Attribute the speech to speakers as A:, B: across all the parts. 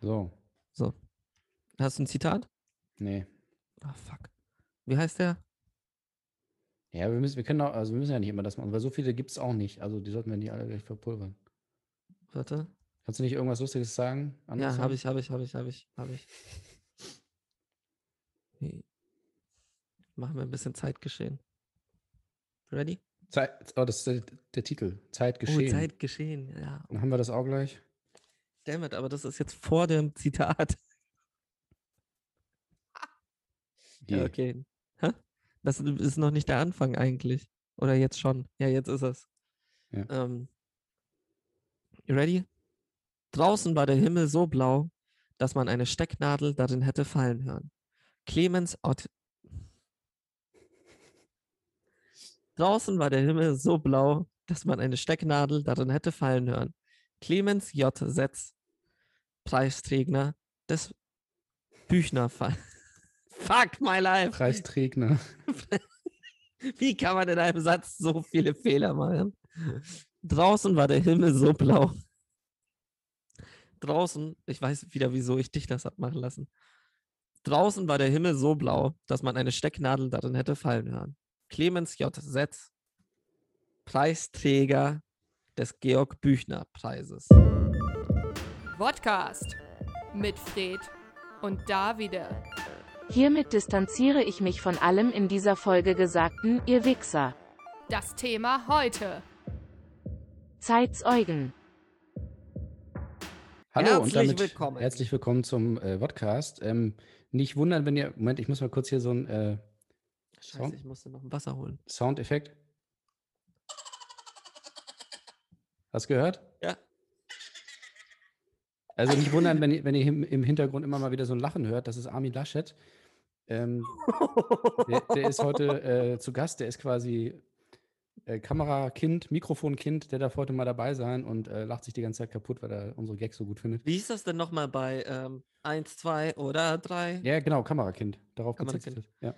A: So,
B: So. Hast du ein Zitat?
A: nee.
B: Ah, fuck. Wie heißt der?
A: Ja, wir müssen, wir können auch, also wir müssen ja nicht immer das machen, weil so viele gibt es auch nicht. Also die sollten wir nicht alle gleich verpulvern.
B: Warte.
A: Kannst du nicht irgendwas Lustiges sagen?
B: Ja, habe
A: ich.
B: ich, habe ich, habe ich, habe ich, habe ich. Hey. Machen wir ein bisschen Zeitgeschehen. Ready?
A: Zeit, oh, das ist der, der Titel. Zeit geschehen.
B: Oh, Zeitgeschehen, ja.
A: Dann haben wir das auch gleich.
B: Damn it, aber das ist jetzt vor dem Zitat. Ja,
A: Je.
B: okay. Hä? Das ist noch nicht der Anfang eigentlich. Oder jetzt schon. Ja, jetzt ist es.
A: Ja.
B: Ähm, you ready? Draußen war der Himmel so blau, dass man eine Stecknadel darin hätte fallen hören. Clemens Ott. Draußen war der Himmel so blau, dass man eine Stecknadel darin hätte fallen hören. Clemens J. Setz, Preisträger des Büchner. Fuck my life.
A: Preisträger.
B: Wie kann man in einem Satz so viele Fehler machen? Draußen war der Himmel so blau. Draußen, ich weiß wieder, wieso ich dich das hab machen lassen. Draußen war der Himmel so blau, dass man eine Stecknadel darin hätte fallen hören. Clemens J. Setz, Preisträger des Georg Büchner Preises.
C: Podcast mit Fred und Davide.
D: Hiermit distanziere ich mich von allem in dieser Folge Gesagten, ihr Wichser.
C: Das Thema heute.
D: Zeit's Eugen.
A: Hallo
B: Herzlich
A: und damit
B: willkommen.
A: herzlich willkommen zum äh, Podcast. Ähm, nicht wundern, wenn ihr. Moment, ich muss mal kurz hier so einen äh,
B: Scheiße,
A: Sound-
B: ich musste noch ein Wasser holen.
A: Soundeffekt. Hast du gehört?
B: Ja.
A: Also nicht wundern, wenn ihr, wenn ihr im, im Hintergrund immer mal wieder so ein Lachen hört. Das ist Armin Laschet. Ähm, Der, der ist heute äh, zu Gast, der ist quasi äh, Kamerakind, Mikrofonkind, der darf heute mal dabei sein und äh, lacht sich die ganze Zeit kaputt, weil er unsere Gags so gut findet.
B: Wie ist das denn nochmal bei ähm, 1, 2 oder 3?
A: Ja, genau, Kamerakind. Darauf
B: Kamerakind.
A: konzentriert. Ja.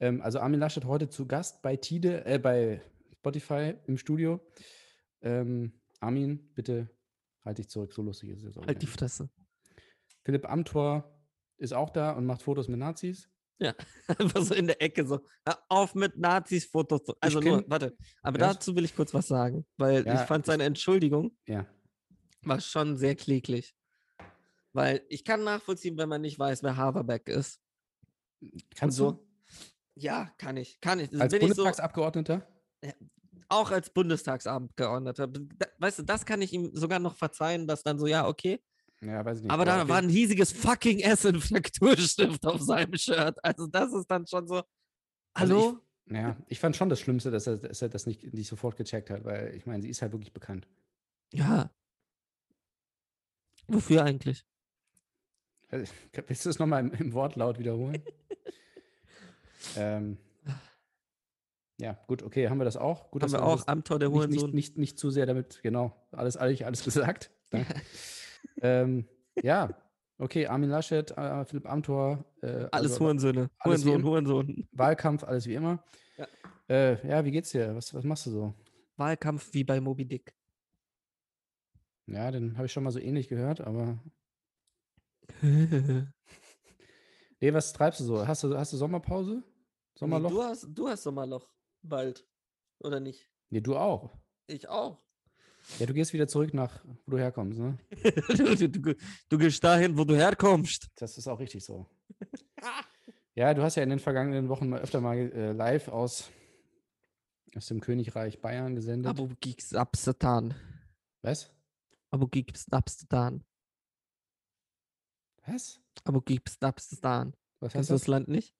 A: Ähm, also Armin Laschet heute zu Gast bei Tide, äh, bei Spotify im Studio. Ähm, Armin, bitte halt dich zurück, so lustig ist es auch.
B: Halt die
A: nicht.
B: Fresse.
A: Philipp Amthor ist auch da und macht Fotos mit Nazis.
B: Einfach so in der Ecke so. "Hör Auf mit Nazis Fotos. zu-" Also
A: kenn-
B: nur, warte. Aber
A: Ja.
B: dazu will ich kurz was sagen, weil
A: Ja,
B: ich fand seine Entschuldigung
A: Ja.
B: war schon sehr kläglich. Weil ich kann nachvollziehen, wenn man nicht weiß, wer Haverbeck ist.
A: Kannst
B: so-
A: du
B: Ja, kann ich. Kann ich. Das
A: als
B: bin ich so,
A: Bundestagsabgeordneter?
B: auch als Bundestagsabgeordneter. b- da- Weißt du, das kann ich ihm sogar noch verzeihen, dass dann so, ja, okay.
A: Ja, weiß ich nicht.
B: Aber da
A: okay.
B: war ein riesiges fucking S in Frakturschrift auf seinem Shirt. Also das ist dann schon so.
A: Also
B: Hallo?
A: ich- Naja, ich fand schon das Schlimmste, dass er, dass er das nicht, nicht sofort gecheckt hat, weil ich meine, sie ist halt wirklich bekannt.
B: Ja. Wofür eigentlich?
A: Also, Willst du es nochmal im, im Wortlaut wiederholen? ähm, ja, gut, okay, haben wir das auch. Gut,
B: Haben
A: dass
B: wir
A: uns
B: auch am Tor der
A: das nicht, nicht,
B: Hurensohn.
A: nicht, nicht zu sehr damit, genau, alles, alles, alles gesagt. Danke. ähm, ja, okay, Armin Laschet, äh, Philipp Amthor, äh,
B: Alles
A: also
B: Hurensöhne.
A: alles wie
B: Hurensohn,
A: im-
B: Hurensohn.
A: Wahlkampf, alles wie immer.
B: Ja.
A: Äh, ja, wie geht's dir? Was, was machst du so?
B: Wahlkampf wie bei Moby Dick.
A: Ja, den habe ich schon mal so ähnlich gehört, aber Nee, was treibst du so? Hast du, hast du Sommerpause? Sommerloch?
B: Du hast, du hast Sommerloch bald. Oder nicht?
A: nee, du auch.
B: Ich auch.
A: Ja, du gehst wieder zurück nach, wo du herkommst, ne?
B: du, du, du, du gehst dahin, wo du herkommst.
A: Das ist auch richtig so. ja, du hast ja in den vergangenen Wochen mal öfter mal äh, live aus, aus dem Königreich Bayern gesendet.
B: Abo gibt's Absetan.
A: Was?
B: Abo gibt's Absetan.
A: Was?
B: Abo gibt's Absetan.
A: Was heißt
B: Kennst du das
A: das?
B: Land nicht?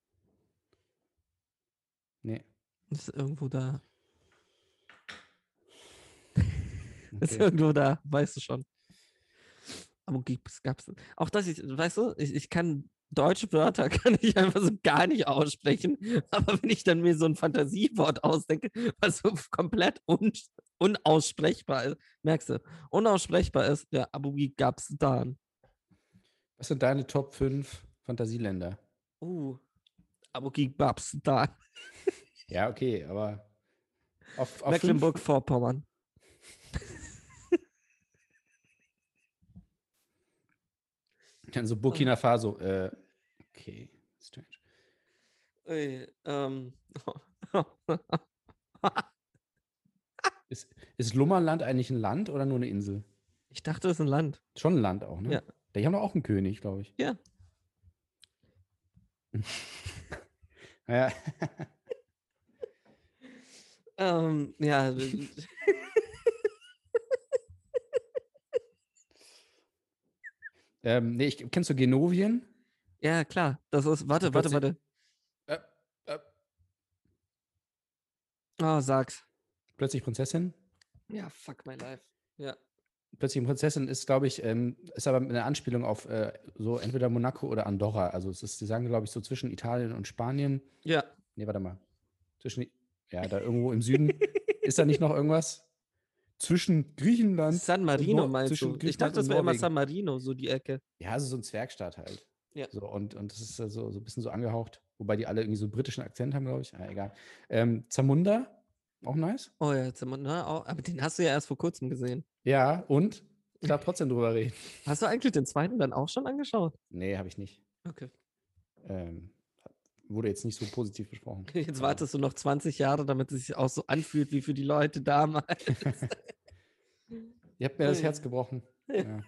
A: Nee.
B: Das ist irgendwo da. Das ist
A: Okay.
B: irgendwo da, weißt du schon. Aber gibt's, gab's. Auch das, ich, weißt du, ich, ich kann deutsche Wörter kann ich einfach so gar nicht aussprechen. Aber wenn ich dann mir so ein Fantasiewort ausdenke, was so komplett un, unaussprechbar ist, merkst du, unaussprechbar ist, ja, aber wie gab's da?
A: Was sind deine Top 5 Fantasieländer?
B: Uh, aber gab's da?
A: Ja, okay, aber auf, auf fünf-
B: Mecklenburg-Vorpommern.
A: Dann so Burkina Faso. Äh, okay, strange.
B: Ui, ähm.
A: Ist, ist Lummerland eigentlich ein Land oder nur eine Insel?
B: Ich dachte, das ist ein Land.
A: Schon ein Land auch, ne?
B: Ja.
A: Die haben doch auch einen König, glaube ich.
B: Ja.
A: naja,
B: Ähm, ja. d-
A: ähm, nee, ich, kennst du Genovien?
B: ja, klar. Das ist. Warte, warte, warte.
A: Plötzlich- Äh, äh,
B: Oh, sag's.
A: plötzlich Prinzessin?
B: Ja, fuck my life. Ja.
A: Plötzlich Prinzessin ist, glaube ich, ähm, ist aber eine Anspielung auf äh, so entweder Monaco oder Andorra. Also es ist, die sagen, glaube ich, so zwischen Italien und Spanien.
B: Ja.
A: Nee, warte mal. Zwischen, I- ja, da irgendwo im Süden. ist da nicht noch irgendwas? Zwischen Griechenland.
B: San Marino
A: Nor-
B: meinst
A: zwischen
B: du? Ich
A: Griechenland
B: dachte, das
A: und
B: wäre immer
A: Norwegen.
B: San Marino, so die Ecke.
A: Ja, also so ein Zwergstaat halt.
B: Ja.
A: So, und, und das ist ja so, so ein bisschen so angehaucht, wobei die alle irgendwie so einen britischen Akzent haben, glaube ich. Ah, egal. Ähm, Zamunda, auch nice.
B: Oh ja, jetzt sind wir, na, au- aber den hast du ja erst vor kurzem gesehen.
A: Ja, und? Ich darf trotzdem drüber reden.
B: Hast du eigentlich den zweiten dann auch schon angeschaut?
A: Nee, habe ich nicht.
B: Okay.
A: Ähm, wurde jetzt nicht so positiv besprochen.
B: Jetzt
A: Aber-
B: wartest du noch 20 Jahre, damit es sich auch so anfühlt wie für die Leute damals.
A: Ähm, Ihr habt mir das
B: Ui.
A: Herz gebrochen. Ja.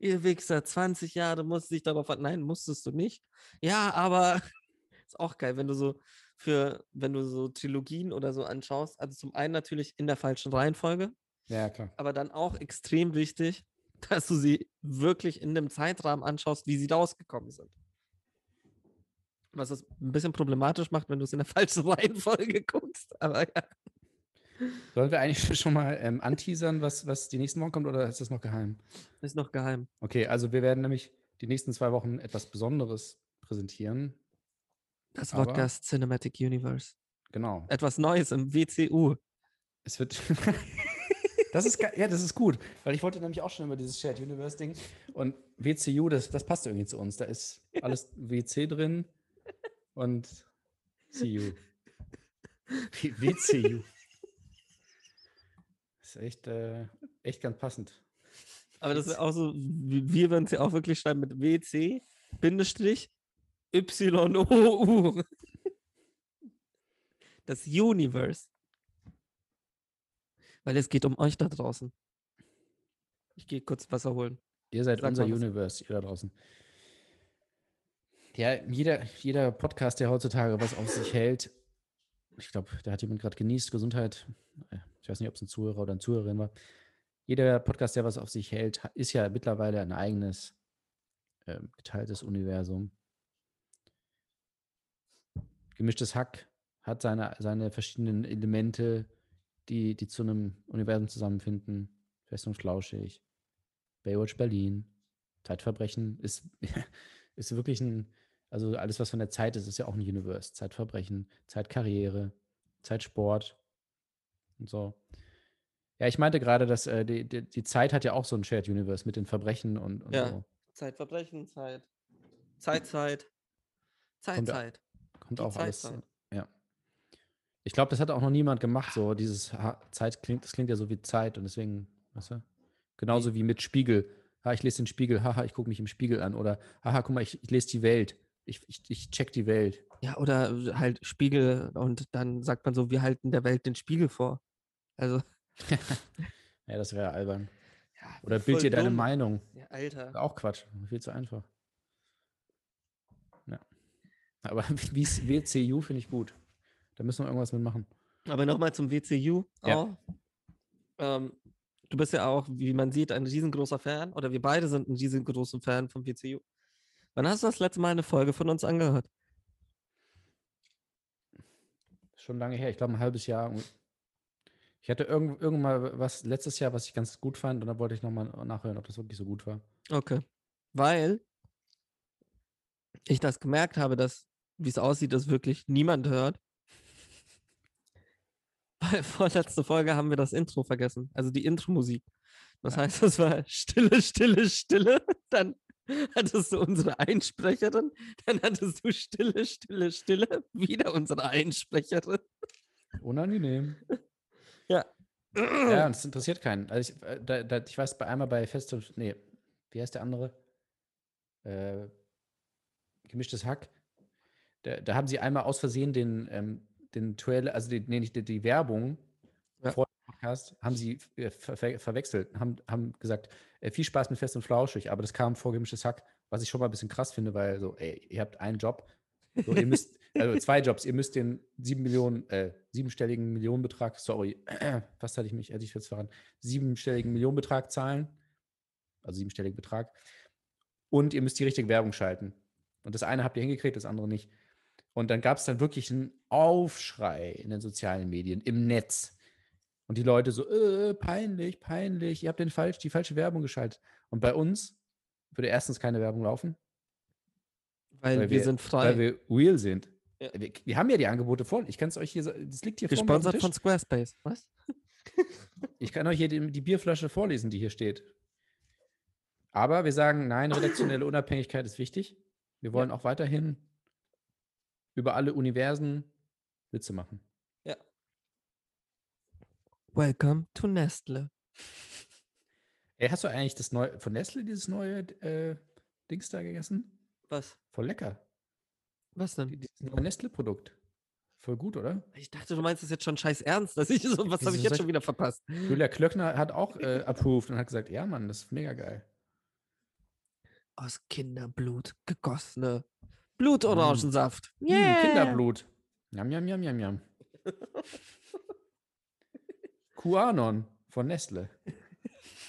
B: Ihr Wichser, 20 Jahre musst dich darauf ver- Nein, musstest du nicht. Ja, aber ist auch geil, wenn du so für, wenn du so Trilogien oder so anschaust. Also zum einen natürlich in der falschen Reihenfolge,
A: ja, klar.
B: aber dann auch extrem wichtig, dass du sie wirklich in dem Zeitrahmen anschaust, wie sie rausgekommen sind. Was es ein bisschen problematisch macht, wenn du es in der falschen Reihenfolge guckst. Aber ja.
A: Sollen wir eigentlich schon mal ähm, anteasern, was, was die nächsten Wochen kommt, oder ist das noch geheim?
B: Ist noch geheim.
A: Okay, also wir werden nämlich die nächsten zwei Wochen etwas Besonderes präsentieren.
B: Das
A: Aber-
B: Podcast Cinematic Universe.
A: Genau.
B: Etwas Neues im WCU.
A: Es wird. das ist ge- ja, das ist gut, weil ich wollte nämlich auch schon über dieses Shared Universe Ding und WCU, das, das passt irgendwie zu uns. Da ist alles WC drin und CU. W- WCU. Ist echt, äh, echt ganz passend.
B: Aber das ist
A: Jetzt-
B: auch so, wie- wir werden es ja auch wirklich schreiben mit WC, Bindestrich, YOU. Das Universe. Weil es geht um euch da draußen. Ich gehe kurz Wasser holen.
A: Ihr seid
B: Sag
A: unser
B: mal was.
A: Universe, ihr da draußen. Ja, jeder, jeder Podcast, der heutzutage was auf sich hält, ich glaube, da hat jemand gerade genießt, Gesundheit. Äh, Ich weiß nicht, ob es ein Zuhörer oder eine Zuhörerin war. Jeder Podcast, der was auf sich hält, ha- ist ja mittlerweile ein eigenes ähm, geteiltes Universum. Gemischtes Hack hat seine, seine verschiedenen Elemente, die, die zu einem Universum zusammenfinden. Festung Flauschig. Baywatch Berlin, Zeitverbrechen ist, ist wirklich ein, also alles, was von der Zeit ist, ist ja auch ein Universe. Zeitverbrechen, Zeitkarriere, Zeitsport und so. Ja, ich meinte gerade, dass äh, die, die, die Zeit hat ja auch so ein Shared Universe mit den Verbrechen und, und
B: Ja.
A: so.
B: Zeitverbrechen, Zeit. Zeit, Zeit. Zeit,
A: Kommt ja-
B: Zeit.
A: Kommt
B: Die
A: auch
B: Zeit
A: alles.
B: dann.
A: Ja. Ich glaube, das hat auch noch niemand gemacht, so dieses ha Zeit klingt, das klingt ja so wie Zeit und deswegen, weißt du? Genauso wie mit Spiegel. Ha, ich lese den Spiegel, haha, ich gucke mich im Spiegel an. Oder haha, guck mal, ich, ich lese die Welt. Ich, ich, ich check die Welt.
B: Ja, oder halt Spiegel und dann sagt man so, wir halten der Welt den Spiegel vor. Also.
A: Ja, das wäre albern.
B: ja,
A: Oder
B: voll
A: bild dir deine
B: dumm.
A: Meinung.
B: Ja, Alter.
A: Auch Quatsch. Viel zu einfach. Ja. Aber wie es WCU finde ich gut. Da müssen wir irgendwas mitmachen.
B: Aber nochmal zum WCU.
A: Ja.
B: Auch. Oh. Ähm, du bist ja auch, wie man sieht, ein riesengroßer Fan. Oder wir beide sind ein riesengroßer Fan vom WCU. Wann hast du das letzte Mal eine Folge von uns angehört?
A: Schon lange her, ich glaube ein halbes Jahr. Ich hatte irgend, irgendwann mal was letztes Jahr, was ich ganz gut fand, und dann wollte ich nochmal nachhören, ob das wirklich so gut war.
B: Okay. Weil ich das gemerkt habe, dass, wie es aussieht, das wirklich niemand hört. Weil vorletzte Folge haben wir das Intro vergessen. Also die Intro-Musik. Das heißt, es war Stille, Stille, Stille. Dann hattest du unsere Einsprecherin. Dann hattest du Stille, Stille, Stille. Wieder unsere Einsprecherin.
A: Unangenehm.
B: Ja.
A: Ja, und es interessiert keinen. Also ich, äh, da, da, ich weiß, bei einmal bei Fest und. Nee, wie heißt der andere? äh, gemischtes Hack. Da, da haben sie einmal aus Versehen den, ähm, den Trailer, also die, nee, nicht die, die Werbung
B: Ja.
A: vor dem Podcast, haben sie äh, ver ver verwechselt, haben, haben gesagt, äh, viel Spaß mit Fest und Flauschig, aber das kam vor gemischtes Hack, was ich schon mal ein bisschen krass finde, weil so, ey, ihr habt einen Job, so, ihr müsst, also zwei Jobs, ihr müsst den sieben Millionen, äh, siebenstelligen Millionenbetrag, sorry, fast hatte ich mich, hätte ich jetzt verraten, siebenstelligen Millionenbetrag zahlen, also siebenstelligen Betrag, und ihr müsst die richtige Werbung schalten. Und das eine habt ihr hingekriegt, das andere nicht. Und dann gab es dann wirklich einen Aufschrei in den sozialen Medien, im Netz. Und die Leute so, äh, peinlich, peinlich, ihr habt den falsch, die falsche Werbung geschaltet. Und bei uns würde erstens keine Werbung laufen,
B: Weil,
A: Weil
B: wir,
A: wir-
B: sind frei.
A: weil wir real sind.
B: Ja.
A: Wir, wir haben ja die Angebote vor. Ich kann es euch hier, sa- das liegt hier vor mir auf dem
B: Gesponsert von
A: Tisch.
B: Squarespace. Was?
A: Ich kann euch hier die, die Bierflasche vorlesen, die hier steht. Aber wir sagen, nein, redaktionelle Unabhängigkeit ist wichtig. Wir wollen auch weiterhin über alle Universen Witze machen.
B: Welcome to Nestle.
A: Ey, hast du eigentlich das neue, von Nestle dieses neue äh, Dings da gegessen?
B: Was?
A: Voll lecker.
B: Was
A: Die-
B: denn?
A: Dieses neue Nestle-Produkt. Voll gut, oder?
B: Ich dachte, du meinst das jetzt schon scheiß ernst, dass ich so, was habe Äh, ich
A: Wieso
B: jetzt
A: sag-
B: schon wieder verpasst?
A: Julia Klöckner hat auch äh, approved und hat gesagt, ja, Mann, das ist mega geil.
B: Aus Kinderblut gegossene Blutorangensaft.
A: Mm, Kinderblut. Jam, jam, jam, jam, jam. QAnon von Nestle.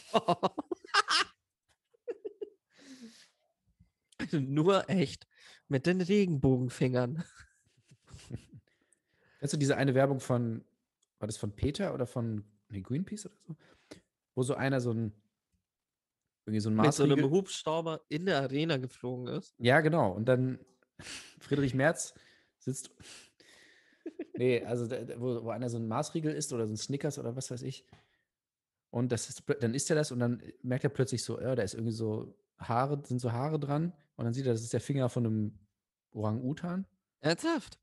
B: Nur echt mit den Regenbogenfingern.
A: Kennst du diese eine Werbung von, war das von Peter oder von nee, Greenpeace oder so? Wo so einer so ein, irgendwie so ein
B: Mit so einem
A: Maßregel...
B: Hubschrauber in der Arena geflogen ist.
A: Ja, genau. Und dann Friedrich Merz sitzt... Nee, also da, da- wo, wo einer so ein Maßriegel ist oder so ein Snickers oder was weiß ich. Und das ist, plö- dann isst er das und dann merkt er plötzlich so, oh, da ist irgendwie so Haare, sind so Haare dran. Und dann sieht er, das ist der Finger von einem Orang-Utan.
B: Ernsthaft?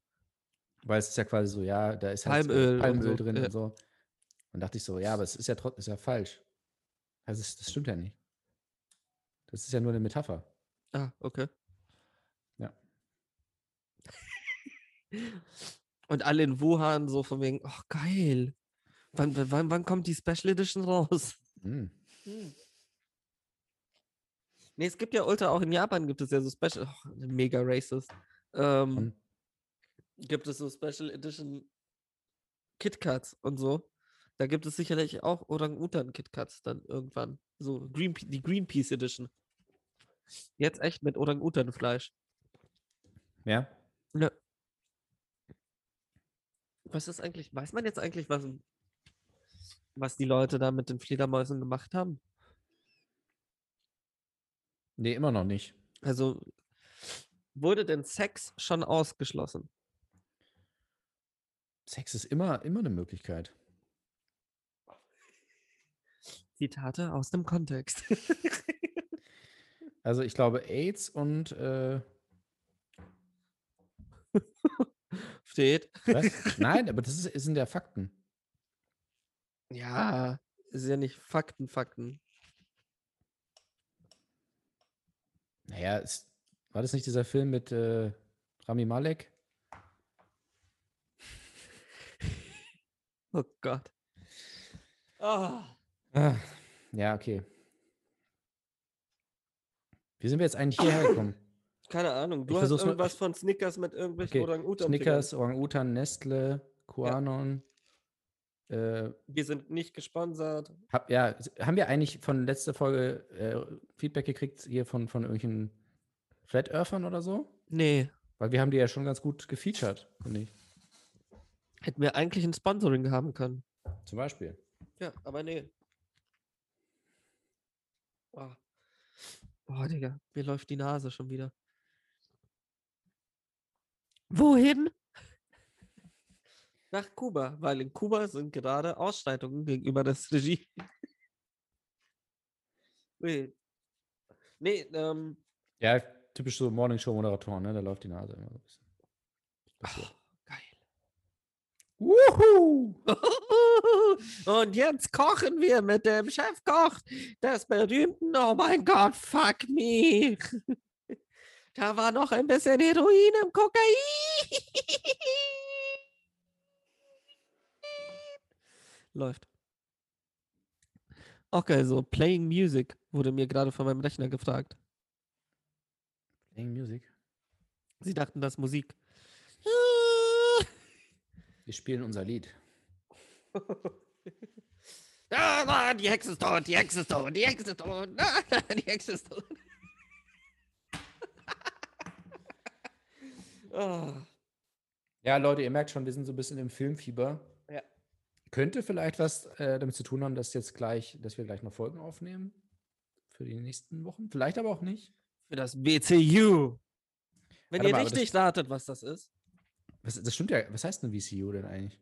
A: Weil es ist ja quasi so, ja, da ist halt so
B: Palmöl und
A: Palmöl
B: so,
A: drin
B: ja.
A: und so. Und dachte ich so, ja, aber es ist ja trotzdem, ist ja falsch. Das, ist, das stimmt ja nicht. Das ist ja nur eine Metapher.
B: Ah, okay.
A: Ja.
B: Und alle in Wuhan so von wegen, ach geil. Wann, wann, wann kommt die Special Edition raus?
A: Hm.
B: Nee, es gibt ja Ultra, auch in Japan gibt es ja so Special, ach, mega racist. Ähm, Gibt es so Special Edition KitKats und so. Da gibt es sicherlich auch Orang-Utan-KitKats dann irgendwann. So Greenpe die Greenpeace Edition. Jetzt echt mit Orang-Utan-Fleisch.
A: Ja.
B: Was ist eigentlich, weiß man jetzt eigentlich, was, was die Leute da mit den Fledermäusen gemacht haben?
A: Nee, immer noch nicht.
B: Also wurde denn Sex schon ausgeschlossen?
A: Sex ist immer, immer eine Möglichkeit.
B: Zitate aus dem Kontext.
A: Also ich glaube, AIDS und äh,
B: Steht.
A: was? Nein, aber das ist, es sind ja Fakten.
B: Ja, ist ja nicht Fakten, Fakten.
A: Naja, es, war das nicht dieser Film mit äh, Rami Malek?
B: Oh Gott. Ah.
A: Ah, ja, okay. Wie sind wir jetzt eigentlich hierher gekommen?
B: Keine Ahnung. Du
A: Ich
B: hast
A: versuch's mal-
B: irgendwas von Snickers mit irgendwelchen
A: Okay,
B: Orang-Utan.
A: Snickers, Orang-Utan, Nestle, QAnon. Äh,
B: Wir sind nicht gesponsert.
A: hab, ja, s- haben wir eigentlich von letzter Folge äh, Feedback gekriegt hier von, von irgendwelchen Flat Earthern oder so?
B: Nee.
A: Weil wir haben die ja schon ganz gut gefeatured, finde ich.
B: Hätten wir eigentlich ein Sponsoring haben können.
A: Zum Beispiel.
B: Ja, aber nee. Boah, Boah, Digga, mir läuft die Nase schon wieder. Wohin? Nach Kuba, weil in Kuba sind gerade Ausschreitungen gegenüber das Regime. nee, nee ähm,
A: Ja, typisch so Morning Show Moderatoren, ne? Da läuft die Nase immer so ein bisschen.
B: ach, geil.
A: Wuhu!
B: Und jetzt kochen wir mit dem Chefkoch des berühmten Oh mein Gott, fuck me. Da war noch ein bisschen Heroin im Kokain. Läuft. Okay, so Playing Music wurde mir gerade von meinem Rechner gefragt.
A: Playing Music.
B: Sie dachten, das ist Musik.
A: Wir spielen unser Lied.
B: Ah, ah, die Hexe ist tot, die Hexe ist tot, die Hexe ist tot, ah, die Hexe ist tot. Ah.
A: Ja, Leute, ihr merkt schon, wir sind so ein bisschen im Filmfieber.
B: Ja.
A: Könnte vielleicht was äh, damit zu tun haben, dass jetzt gleich, dass wir gleich noch Folgen aufnehmen für die nächsten Wochen. Vielleicht aber auch nicht.
B: Für das BCU. Wenn
A: Warte
B: ihr
A: mal, aber
B: richtig ratet, was das ist.
A: Was, das stimmt ja. Was heißt denn VCU denn eigentlich?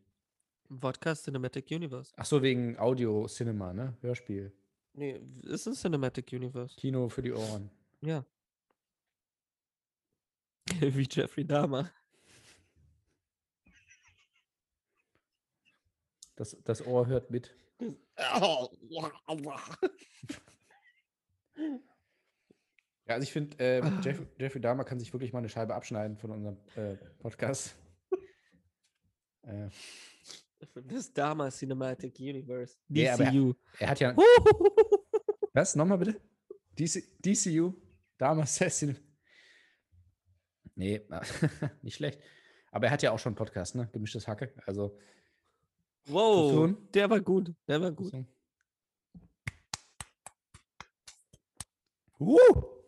B: Vodcast Cinematic Universe.
A: Ach so, wegen Audio, Cinema, ne? Hörspiel,
B: Nee, ist ein Cinematic Universe.
A: Kino für die Ohren.
B: Ja. Wie Jeffrey Dahmer.
A: Das, das Ohr hört mit.
B: Oh.
A: Ja, also ich finde, ähm, Jeff, Jeffrey Dahmer kann sich wirklich mal eine Scheibe abschneiden von unserem äh, Podcast. äh,
B: Das Dahmer Cinematic Universe.
A: Nee, aber-
B: DCU.
A: er hat ja. Was? Nochmal bitte? DC, DCU? Dahmer Assassin. Nee, nicht schlecht. Aber er hat ja auch schon einen Podcast, ne? Gemischtes Hacke. Also.
B: wow,
A: tun?
B: der war gut. Der war gut.
A: So. Uh!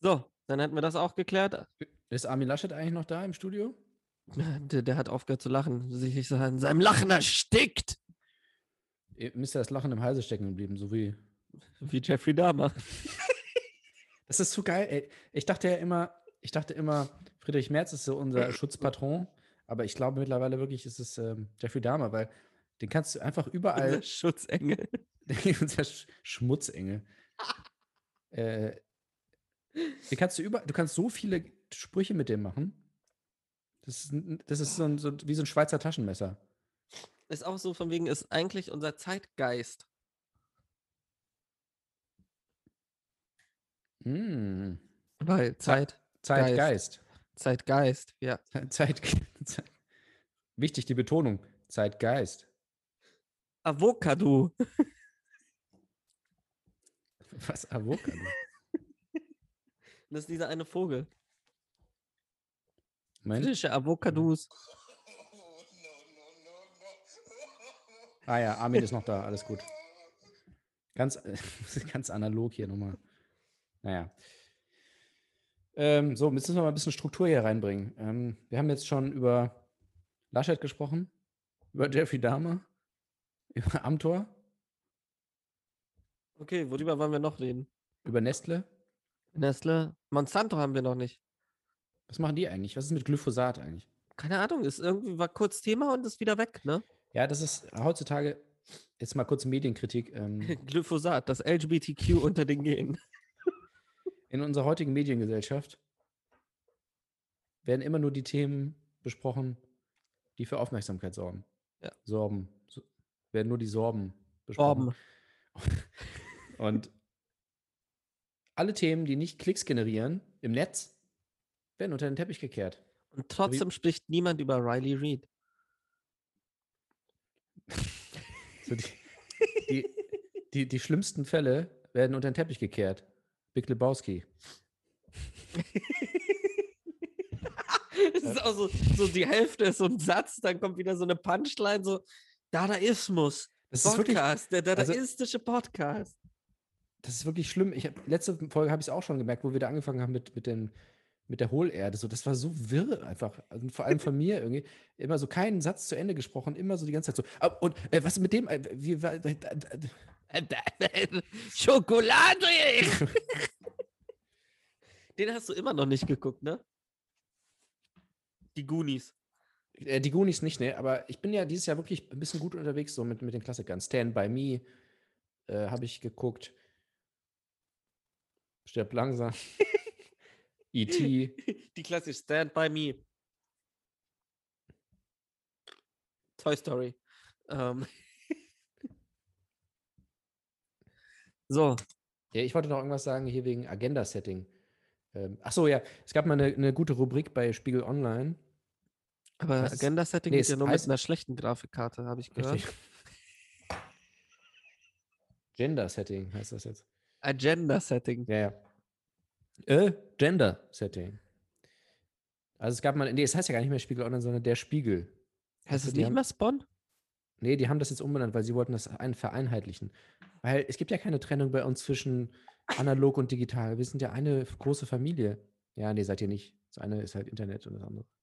B: So, dann hätten wir das auch geklärt.
A: Ist Armin Laschet eigentlich noch da im Studio?
B: Der, der hat aufgehört zu lachen. Sich ist an seinem Lachen erstickt.
A: Ihr müsst ja das Lachen im Halse stecken geblieben, so wie
B: Wie Jeffrey Dahmer.
A: Das ist so geil, ey. Ich dachte ja immer, ich dachte immer, Friedrich Merz ist so unser Schutzpatron, aber ich glaube mittlerweile wirklich ist es ähm, Jeffrey Dahmer, weil den kannst du einfach
B: Unser
A: überall,
B: Schutzengel.
A: unser Sch Schmutzengel. äh, den kannst du über, du kannst so viele Sprüche mit dem machen. Das ist, n- das ist so, ein, so ein- wie so ein Schweizer Taschenmesser.
B: Ist auch so von wegen, ist eigentlich unser Zeitgeist.
A: Mm.
B: Weil Zeit,
A: Zeitgeist.
B: Zeitgeist, ja.
A: Zeit, Zeit. Wichtig die Betonung. Zeitgeist.
B: Avocado.
A: Was Avocado?
B: Das ist dieser eine Vogel.
A: Moment.
B: Britische Avocados.
A: Ah ja, Armin ist noch da, alles gut. Ganz, ganz analog hier nochmal. Naja. Ähm, so, jetzt müssen wir mal ein bisschen Struktur hier reinbringen. Ähm, wir haben jetzt schon über Laschet gesprochen, über Jeffrey Dahmer, über Amtor,
B: Okay, worüber wollen wir noch reden?
A: über Nestle.
B: Nestle. Monsanto haben wir noch nicht.
A: Was machen die eigentlich? Was ist mit Glyphosat eigentlich?
B: Keine Ahnung, ist irgendwie war kurz Thema und ist wieder weg, ne?
A: Ja, das ist heutzutage, jetzt mal kurz Medienkritik. Ähm,
B: Glyphosat, das LGBTQ unter den Genen.
A: in unserer heutigen Mediengesellschaft werden immer nur die Themen besprochen, die für Aufmerksamkeit sorgen.
B: Ja.
A: Sorben. So, werden nur die Sorben besprochen.
B: Torben.
A: Und alle Themen, die nicht Klicks generieren im Netz, werden unter den Teppich gekehrt.
B: Und trotzdem spricht niemand über Riley Reed.
A: So die, die, die, die schlimmsten Fälle werden unter den Teppich gekehrt. Big Lebowski.
B: Es ist auch so, so die Hälfte ist so ein Satz, dann kommt wieder so eine Punchline, so Dadaismus.
A: Das ist wirklich
B: Podcast, der
A: also-
B: dadaistische Podcast.
A: Das ist wirklich schlimm. Ich hab, letzte Folge habe ich es auch schon gemerkt, wo wir da angefangen haben mit, mit, den, mit der Hohlerde. So, das war so wirr einfach. Also vor allem von mir irgendwie. Immer so keinen Satz zu Ende gesprochen, immer so die ganze Zeit so. "Ah, Und äh, was mit dem? Äh, wie, war- äh, äh, äh."
B: Schokolade! Den hast du immer noch nicht geguckt, ne? Die Goonies.
A: Äh, die Goonies nicht, ne? Aber ich bin ja dieses Jahr wirklich ein bisschen gut unterwegs, so mit, mit den Klassikern. Stand by Me äh, habe ich geguckt. Stirb langsam. E E.T.
B: Die klassische Stand by Me. Toy Story. Ähm. so,
A: Ja, ich wollte noch irgendwas sagen hier wegen Agenda-Setting. Ähm, ach so, ja, es gab mal eine, eine gute Rubrik bei Spiegel Online.
B: aber
A: Was?
B: Agenda-Setting
A: Nee,
B: geht ja
A: es
B: nur mit
A: heißt-
B: einer schlechten Grafikkarte, habe ich gehört.
A: Richtig. Gender-Setting heißt das jetzt.
B: Agenda-Setting.
A: Ja, ja. Äh, Gender-Setting. Also es gab mal, nee, es heißt ja gar nicht mehr Spiegel Online, sondern der Spiegel.
B: Heißt es
A: die
B: nicht
A: haben-
B: mehr Spawn?
A: Nee, die haben das jetzt umbenannt, weil sie wollten das ein vereinheitlichen. Weil es gibt ja keine Trennung bei uns zwischen analog und digital. Wir sind ja eine große Familie. Ja, nee, seid ihr nicht. Das eine ist halt Internet und das andere.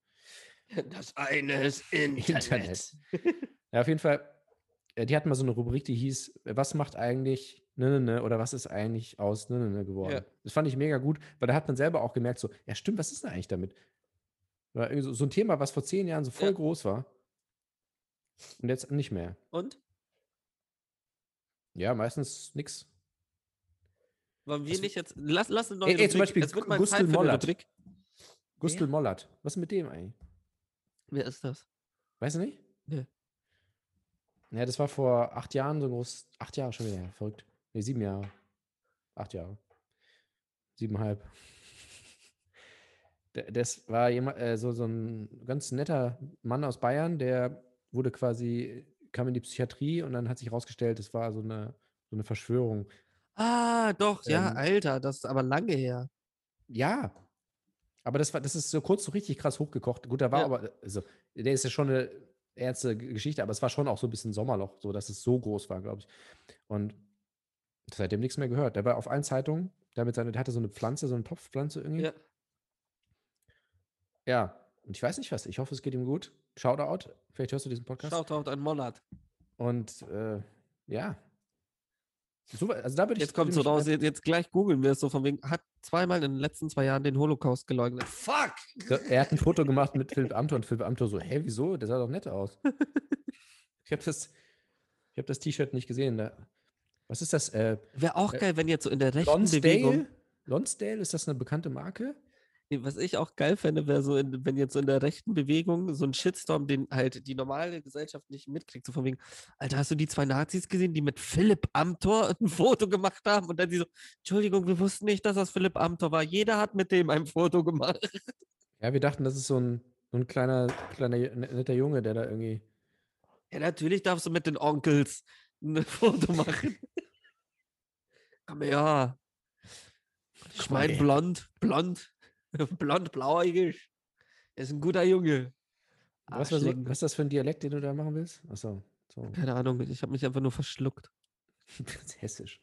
B: Das eine ist
A: Internet. Ja, auf jeden Fall, äh, die hatten mal so eine Rubrik, die hieß, äh, was macht eigentlich ne, ne, ne, oder was ist eigentlich aus ne, ne, ne geworden?
B: Ja.
A: Das fand ich mega gut, weil da hat man selber auch gemerkt, so, ja stimmt, was ist denn eigentlich damit? War irgendwie so, so ein Thema, was vor zehn Jahren so voll
B: Ja.
A: groß war und jetzt nicht mehr.
B: Und?
A: Ja, meistens nix.
B: Wollen wir
A: Das-
B: nicht jetzt. Lass, lass eine neue
A: Ey, ey, zum Beispiel
B: es wird mal
A: Gustl
B: Zeit für eine
A: Mollert.
B: Rubrik.
A: Gustl Mollert, was ist mit dem eigentlich?
B: Wer ist das?
A: Weißt du nicht?
B: Nee.
A: Ja, das war vor acht Jahren so ein groß. Acht Jahre schon wieder, ja, verrückt. Nee, sieben Jahre. Acht Jahre. Siebeneinhalb. D- Das war jemand, äh, so, so ein ganz netter Mann aus Bayern, der wurde quasi, kam in die Psychiatrie und dann hat sich herausgestellt, das war so eine, so eine Verschwörung.
B: Ah, doch, ja,
A: Ähm,
B: Alter, das ist aber lange her.
A: Ja. Aber das war, das ist so kurz so richtig krass hochgekocht. Gut, da war
B: Ja.
A: aber, also, der ist ja schon eine ernste G- Geschichte, aber es war schon auch so ein bisschen Sommerloch, so dass es so groß war, glaube ich. Und seitdem nichts mehr gehört. Der war auf allen Zeitungen, der, mit seiner, der hatte so eine Pflanze, so eine Topfpflanze irgendwie.
B: Ja.
A: Ja. Und ich weiß nicht was. Ich hoffe, es geht ihm gut. Shoutout. Vielleicht hörst du diesen Podcast.
B: Shoutout an Mollert.
A: Und äh, ja. Super, also da würde ich
B: Jetzt kommt so
A: nämlich
B: raus,
A: mal-
B: jetzt, jetzt gleich googeln wir es so von wegen, hat zweimal in den letzten zwei Jahren den Holocaust geleugnet. Fuck!
A: So, Er hat ein Foto gemacht mit Philipp Amthor und Philipp Amthor so, hä, wieso? Der sah doch nett aus. Ich habe das, ich hab das T-Shirt nicht gesehen. Da. Was ist das? Äh,
B: Wäre auch
A: Äh,
B: geil, wenn jetzt so in der rechten Bewegung,
A: Lonsdale? Lonsdale, ist das eine bekannte Marke?
B: Nee, Ne, was ich auch geil fände, wäre so, in, wenn jetzt so in der rechten Bewegung so ein Shitstorm, den halt die normale Gesellschaft nicht mitkriegt, so von wegen, Alter, hast du die zwei Nazis gesehen, die mit Philipp Amthor ein Foto gemacht haben und dann die so, Entschuldigung, wir wussten nicht, dass das Philipp Amthor war, jeder hat mit dem ein Foto gemacht.
A: Ja, wir dachten, das ist so ein, so ein kleiner, kleiner, Ju- netter Junge, der da irgendwie.
B: Ja, natürlich darfst du mit den Onkels ein Foto machen. Komm her. Ich
A: Guck mal,
B: mein
A: ey.
B: blond, blond, blond, blauäugig. Er ist ein guter Junge.
A: Was, war so-
B: Arschlecken.
A: was ist das für ein Dialekt, den du da machen willst? Achso, so.
B: Keine Ahnung, ich habe mich einfach nur verschluckt.
A: Das ist hessisch.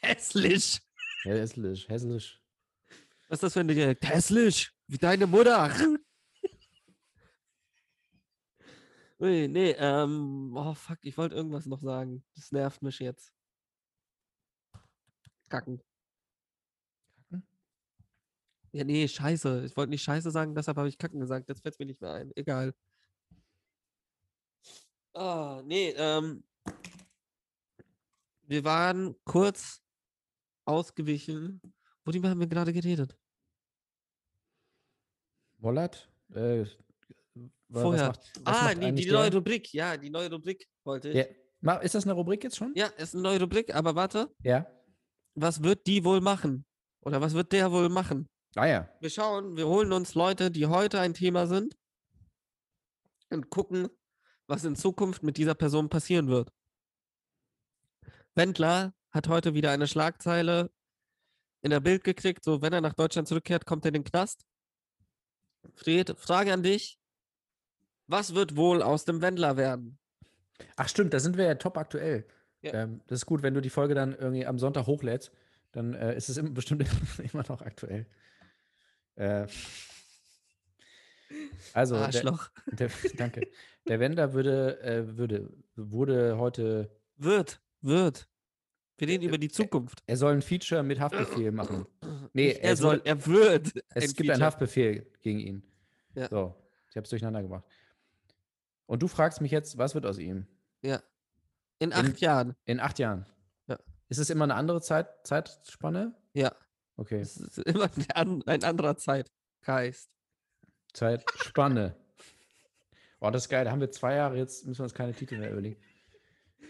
B: Hässlich.
A: Hessisch, hessisch.
B: Was ist das für ein Dialekt? Hässlich. Wie deine Mutter. Ui, nee, ähm, oh fuck, ich wollte irgendwas noch sagen. Das nervt mich jetzt. Kacken.
A: Kacken?
B: Ja, nee, scheiße. Ich wollte nicht scheiße sagen, deshalb habe ich kacken gesagt. Jetzt fällt mir nicht mehr ein. Egal. Ah, nee, ähm. Wir waren kurz ausgewichen. Worüber haben wir gerade geredet?
A: Wollert? Äh, wa-
B: Vorher.
A: macht, was
B: Ah,
A: macht
B: nee,
A: eigentlich
B: die
A: der?
B: neue Rubrik. Ja, die neue Rubrik wollte ich.
A: Ja. Ma- Ist das eine Rubrik jetzt schon?
B: Ja, ist eine neue Rubrik, aber warte.
A: ja.
B: Was wird die wohl machen? Oder was wird der wohl machen?
A: Ah ja.
B: Wir schauen, wir holen uns Leute, die heute ein Thema sind und gucken, was in Zukunft mit dieser Person passieren wird. Wendler hat heute wieder eine Schlagzeile in der Bild gekriegt, so wenn er nach Deutschland zurückkehrt, kommt er in den Knast. Fred, Frage an dich. Was wird wohl aus dem Wendler werden?
A: Ach stimmt, da sind wir ja top aktuell.
B: Ja.
A: Ähm, das ist gut, wenn du die Folge dann irgendwie am Sonntag hochlädst, dann äh, ist es im, bestimmt immer noch aktuell. Äh, also, der,
B: Arschloch.
A: der, danke. Der Wender würde, äh, würde, wurde heute,
B: Wird, wird. Wir reden über die Zukunft.
A: er soll ein Feature mit Haftbefehl machen. Nee,
B: Nicht er
A: es
B: soll,
A: wurde-
B: er wird.
A: Es gibt einen
B: Feature.
A: Haftbefehl gegen ihn.
B: Ja.
A: So, ich habe es durcheinander gemacht. Und du fragst mich jetzt, was wird aus ihm?
B: In acht Jahren.
A: In acht Jahren.
B: Ja.
A: Ist es immer eine andere Zeit, Zeitspanne?
B: Ja.
A: Okay.
B: Es ist immer ein an- ein anderer Zeitgeist.
A: Zeitspanne. Oh, das ist geil. Da haben wir zwei Jahre, jetzt müssen wir uns keine Titel mehr überlegen.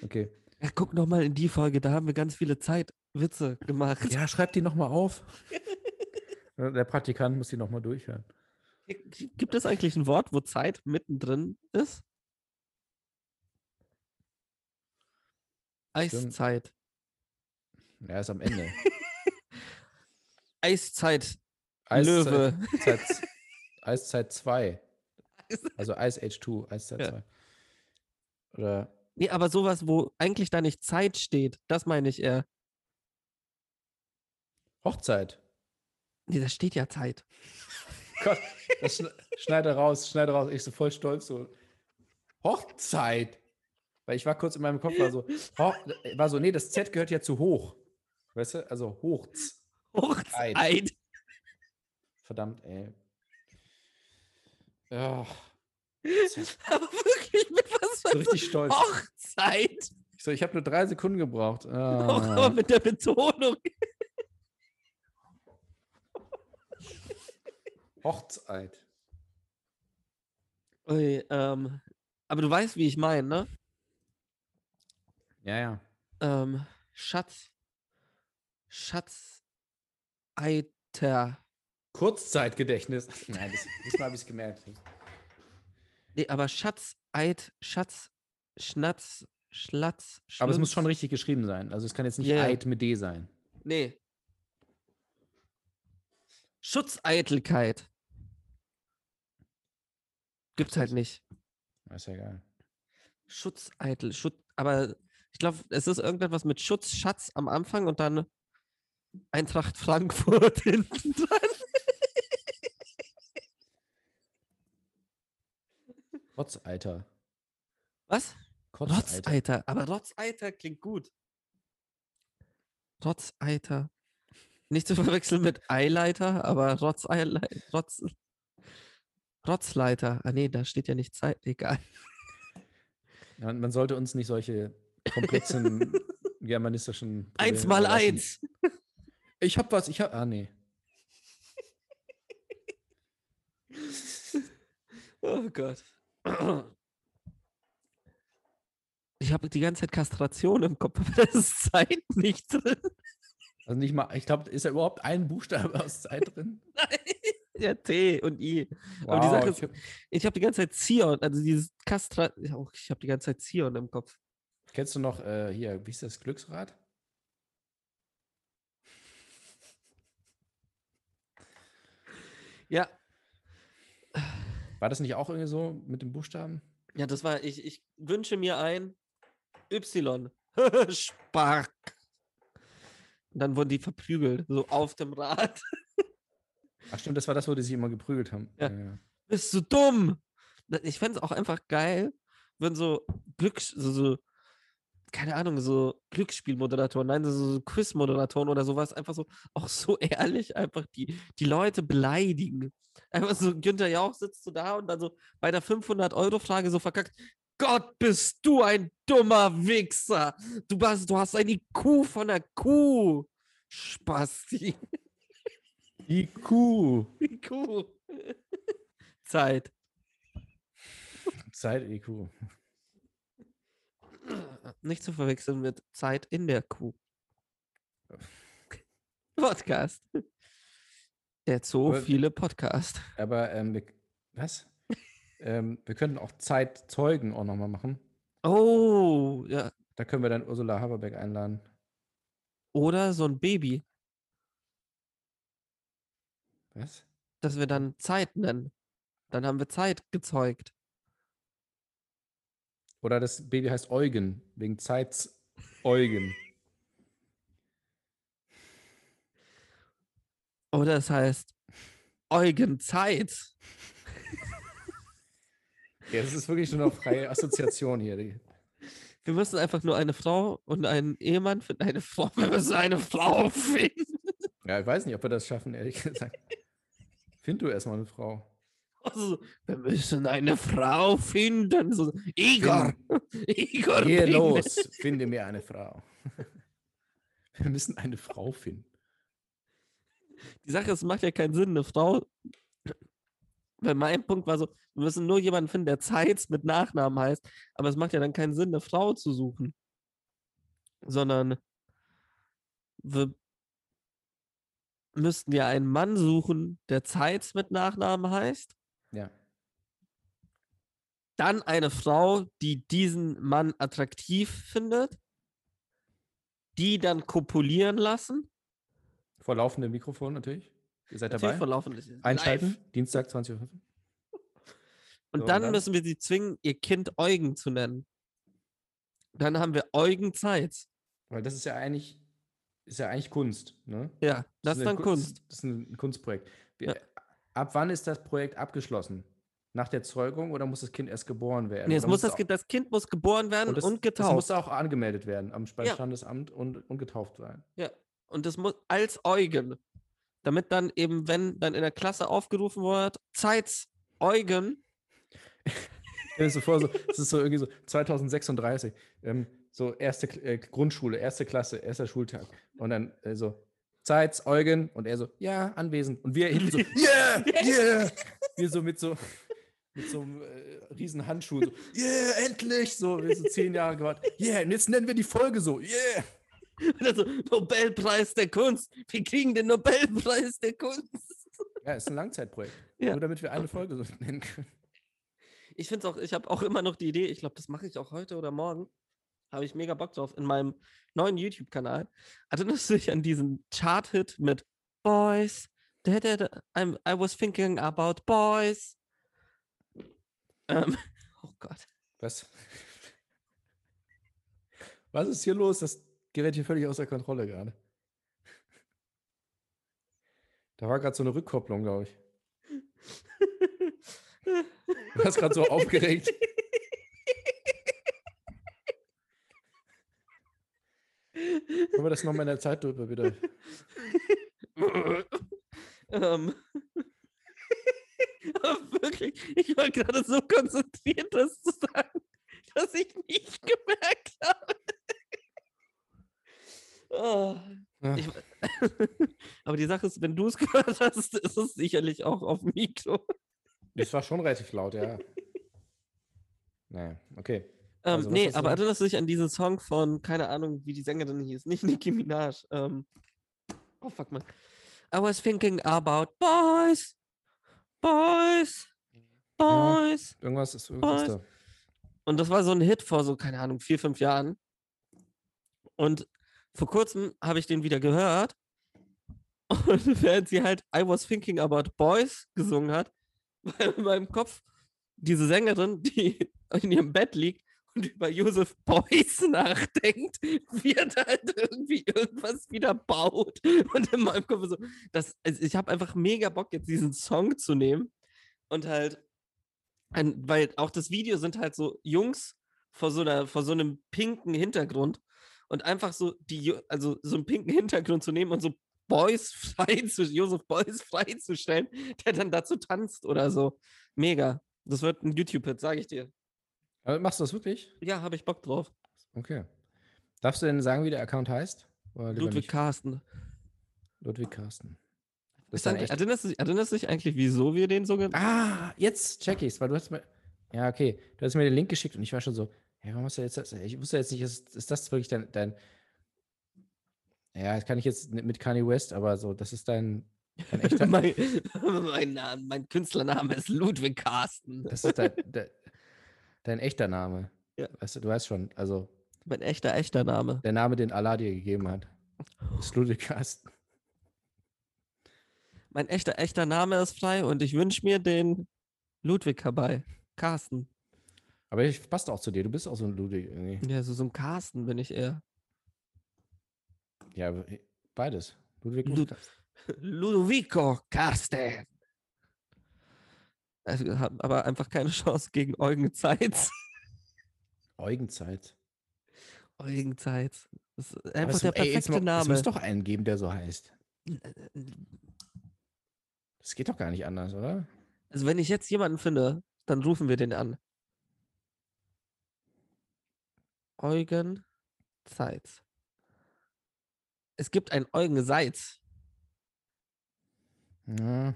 A: Okay.
B: Ja, guck nochmal in die Folge, da haben wir ganz viele Zeitwitze gemacht.
A: Ja, schreib die nochmal auf. Der Praktikant muss die nochmal durchhören.
B: Gibt es eigentlich ein Wort, wo Zeit mittendrin ist?
A: Stimmt.
B: Eiszeit.
A: Ja, ist am Ende.
B: Eiszeit.
A: Eiszeit-
B: Löwe.
A: Zeit, Eiszeit 2. Also Ice Age 2, Eiszeit
B: Ja.
A: 2. Oder
B: Nee, aber sowas, wo eigentlich da nicht Zeit steht, das meine ich eher.
A: Hochzeit.
B: Nee, da steht ja Zeit.
A: Gott, das schn schneide raus, schneide raus. Ich so voll stolz so. Hochzeit. Weil ich war kurz in meinem Kopf, war so, ho war so, nee, das Z gehört ja zu hoch. Weißt du? Also Hochz.
B: Hochzeit.
A: Verdammt, ey. Ja.
B: Aber wirklich, mit was
A: So
B: für
A: richtig stolz.
B: Hochzeit.
A: Ich so, ich habe nur drei Sekunden gebraucht.
B: Auch aber
A: Ah.
B: mit der Betonung.
A: Hochzeit.
B: Ui, ähm, aber du weißt, wie ich meine, ne?
A: Ja, ja.
B: Ähm, Schatz. Schatz. Eiter.
A: Kurzzeitgedächtnis. Nein, das, diesmal habe ich es gemerkt.
B: Nee, aber Schatz, Eid, Schatz, Schnatz, Schlatz,
A: Aber es muss schon
B: Schlunz.
A: richtig geschrieben sein. Also es kann jetzt nicht
B: Ja, ja.
A: Eid mit D sein.
B: Nee. Schutzeitelkeit. Gibt's halt nicht.
A: Ist ja geil.
B: Schutzeitel, Schutz, aber ich glaube, es ist irgendetwas mit Schutz, Schatz am Anfang und dann Eintracht Frankfurt hinten dran.
A: Kotzeiter.
B: Was?
A: Kotzeiter.
B: Rotzeiter. Aber Rotzeiter klingt gut. Rotzeiter. Nicht zu verwechseln mit Eileiter, aber Rotzeileiter. Rotz, Rotzleiter. Ah nee, da steht ja nicht Zeit. Egal.
A: Man, man sollte uns nicht solche komplexen germanistischen. Probleme
B: Eins mal
A: überlassen.
B: eins.
A: Ich hab was, ich hab. Ah, nee.
B: Oh Gott. Ich habe die ganze Zeit Kastration im Kopf, aber da ist Zeit nicht drin.
A: Also nicht mal, ich glaube, ist da überhaupt ein Buchstabe aus Zeit drin?
B: Ja, T und I. Aber die Sache
A: ich
B: ist- Ich habe die ganze Zeit Zion, also dieses Kastra. Ja, auch Ich habe die ganze Zeit Zion im Kopf.
A: hab- kennst du noch äh, hier, wie ist das Glücksrad?
B: Ja,
A: War das nicht auch irgendwie so mit den Buchstaben?
B: ja, das war ich. Ich wünsche mir ein Y. Spark. Und dann wurden die verprügelt, so auf dem Rad.
A: Ach stimmt, das war das, wo die sich immer geprügelt haben.
B: Ja.
A: ja.
B: Bist du dumm? Na, Ich fände es auch einfach geil, wenn so Glücks, so, so, keine Ahnung, so Glücksspielmoderatoren, nein, so, so Quizmoderatoren oder sowas, einfach so, auch so ehrlich einfach die, die Leute beleidigen. Einfach so, Günther Jauch sitzt so da und dann so bei der 500-Euro-Frage so verkackt. Gott, bist du ein dummer Wichser. Du, hast, du hast ein IQ von der Kuh. Spasti.
A: Die Kuh.
B: IQ. Zeit.
A: Zeit-EQ.
B: Nicht zu verwechseln mit Zeit in der Kuh. Podcast. Der Zoo,
A: Aber-
B: viele Podcast.
A: Aber ähm, wir, was? ähm, wir könnten auch Zeitzeugen auch nochmal machen.
B: Oh, ja.
A: Da können wir dann Ursula Haberbeck einladen.
B: Oder so ein Baby,
A: Was?
B: das wir dann Zeit nennen. Dann haben wir Zeit gezeugt.
A: Oder das Baby heißt Eugen, wegen Zeitzeugen.
B: Oder es heißt Eugen Zeit.
A: ja, das ist wirklich nur noch freie Assoziation hier. Die,
B: Wir müssen einfach nur eine Frau und einen Ehemann finden. Eine Frau, wir müssen eine Frau finden.
A: ja, ich weiß nicht, ob wir das schaffen, ehrlich gesagt. Find du erstmal eine Frau.
B: Also, wir müssen eine Frau finden. So, Igor. Igor.
A: Geh
B: bring mir-
A: los, finde mir eine Frau. wir müssen eine Frau finden.
B: Die Sache ist, es macht ja keinen Sinn, eine Frau weil mein Punkt war so, wir müssen nur jemanden finden, der Zeitz mit Nachnamen heißt. Aber es macht ja dann keinen Sinn, eine Frau zu suchen. Sondern wir müssten ja einen Mann suchen, der Zeitz mit Nachnamen heißt.
A: Ja.
B: Dann eine Frau, die diesen Mann attraktiv findet, die dann kopulieren lassen.
A: Vor laufendem Mikrofon natürlich. Ihr seid
B: Natürlich
A: dabei.
B: verlaufen das ist
A: Einschalten,
B: live.
A: Dienstag 20 Uhr.
B: Und
A: So, und
B: dann,
A: dann?
B: müssen wir sie zwingen, ihr Kind Eugen zu nennen. Dann haben wir Eugen Zeit.
A: Weil das ist ja eigentlich, ist ja eigentlich Kunst. Ne?
B: Ja, das ist
A: eine
B: dann
A: Kun-
B: Kunst.
A: Das ist ein Kunstprojekt. Wir,
B: Ja.
A: Ab wann ist das Projekt abgeschlossen? Nach der Zeugung oder muss das Kind erst geboren werden?
B: Nee, es
A: Oder
B: muss das,
A: auch-
B: Kind- das Kind muss geboren werden und,
A: das- Das muss
B: getauft.
A: auch angemeldet werden am beim
B: Ja.
A: Standesamt und, und getauft werden.
B: und das muss als Eugen. Damit dann eben, wenn dann in der Klasse aufgerufen wird, Zeitz, Eugen.
A: Stell dir so vor, so, es ist so irgendwie so 2036. Ähm, so erste K- äh, Grundschule, erste Klasse, erster Schultag. Und dann äh, so, Zeit's, Eugen. Und er so, ja, anwesend. Und wir hinten so, yeah, yeah. Wir so mit so, mit so einem äh, riesen Handschuh. So, yeah, endlich. So, wir so zehn Jahre gewartet. Yeah, und jetzt nennen wir die Folge so, yeah.
B: Und dann so, Nobelpreis der Kunst. Wir kriegen den Nobelpreis der Kunst.
A: Ja, ist ein Langzeitprojekt.
B: Ja.
A: Nur damit wir eine Folge so nennen können.
B: Ich finde auch, ich habe auch immer noch die Idee, ich glaube, das mache ich auch heute oder morgen. Habe ich mega Bock drauf in meinem neuen YouTube-Kanal. Erinnerst du dich an diesen Chart-Hit mit Boys? Da, da, da, I'm, I was thinking about boys. Ähm, oh Gott.
A: Was? Was ist hier los? Das gerät hier völlig außer Kontrolle gerade. Da war gerade so eine Rückkopplung, glaube ich. Du warst gerade so aufgeregt. Können wir das nochmal in der Zeitlupe bitte?
B: ähm. Aber wirklich, ich war gerade so konzentriert, das zu sagen, dass ich nicht gemerkt habe. oh.
A: Ja.
B: Ich, aber die Sache ist, wenn du es gehört hast, ist es sicherlich auch auf dem Mikro.
A: Das war schon relativ laut, ja. Naja, okay.
B: Ähm,
A: Also, was
B: nee,
A: hast du
B: aber
A: denn?
B: erinnerst du dich an diesen Song von, keine Ahnung, wie die Sängerin hieß, nicht Nicki Minaj. Ähm, oh, fuck, man. I was thinking about boys, boys,
A: Ja.
B: boys.
A: Irgendwas ist, irgendwas ist
B: Was?
A: da.
B: Und das war so ein Hit vor so, keine Ahnung, vier, fünf Jahren. Und vor kurzem habe ich den wieder gehört. Und während sie halt I was thinking about boys gesungen hat, war in meinem Kopf diese Sängerin, die in ihrem Bett liegt und über Josef Beuys nachdenkt, wie er da halt irgendwie irgendwas wieder baut. Und in meinem Kopf so, das, also ich habe einfach mega Bock, jetzt diesen Song zu nehmen und halt ein, weil auch das Video sind halt so Jungs vor so, einer, vor so einem pinken Hintergrund und einfach so die, Ju- also so einen pinken Hintergrund zu nehmen und so Boys frei zu, Josef Boys freizustellen, der dann dazu tanzt oder so. Mega. Das wird ein YouTube-Hit, sage ich dir.
A: Aber Machst du das wirklich?
B: Ja, habe ich Bock drauf.
A: Okay. Darfst du denn sagen, wie der Account heißt? Oder lieber
B: Ludwig
A: nicht?
B: Carsten.
A: Ludwig Carsten. Das
B: Ist also
A: ist dann
B: eigentlich-
A: echt.
B: erinnerst, du, dich- erinnerst du dich eigentlich, wieso wir den so genannt
A: Ah, jetzt check ich's, weil du hast mir. Ja, okay. Du hast mir den Link geschickt und ich war schon so, hey, warum hast du jetzt das? Ich wusste jetzt nicht, ist, ist das wirklich dein, dein. Ja, das kann ich jetzt nicht mit Kanye West, aber so, das ist dein, dein echter.
B: mein, mein, Name- mein Künstlername ist Ludwig Carsten.
A: das ist dein, dein, dein echter Name.
B: Ja.
A: Weißt du, du weißt schon, also
B: Mein echter, echter Name.
A: der Name, den Allah dir gegeben hat. Ist Ludwig Carsten.
B: Mein echter, echter Name ist frei und ich wünsche mir den Ludwig herbei. Carsten.
A: Aber ich passt auch zu dir. Du bist auch so ein Ludwig irgendwie.
B: Ja, so, so ein Carsten bin ich eher.
A: Ja, aber beides. Ludwig und
B: Lud-
A: Carsten.
B: Ludovico Carsten. Also, hab aber einfach keine Chance gegen Eugen Zeitz.
A: Eugenzeit.
B: Eugen Zeitz. Das ist
A: Aber
B: einfach
A: es-
B: der
A: ey, jetzt
B: perfekte
A: mal- Es
B: Name.
A: muss doch einen geben, der so heißt. Das geht doch gar nicht anders, oder?
B: Also, wenn ich jetzt jemanden finde, dann rufen wir den an. Eugen Zeitz. Es gibt einen Eugen Seitz.
A: Ja.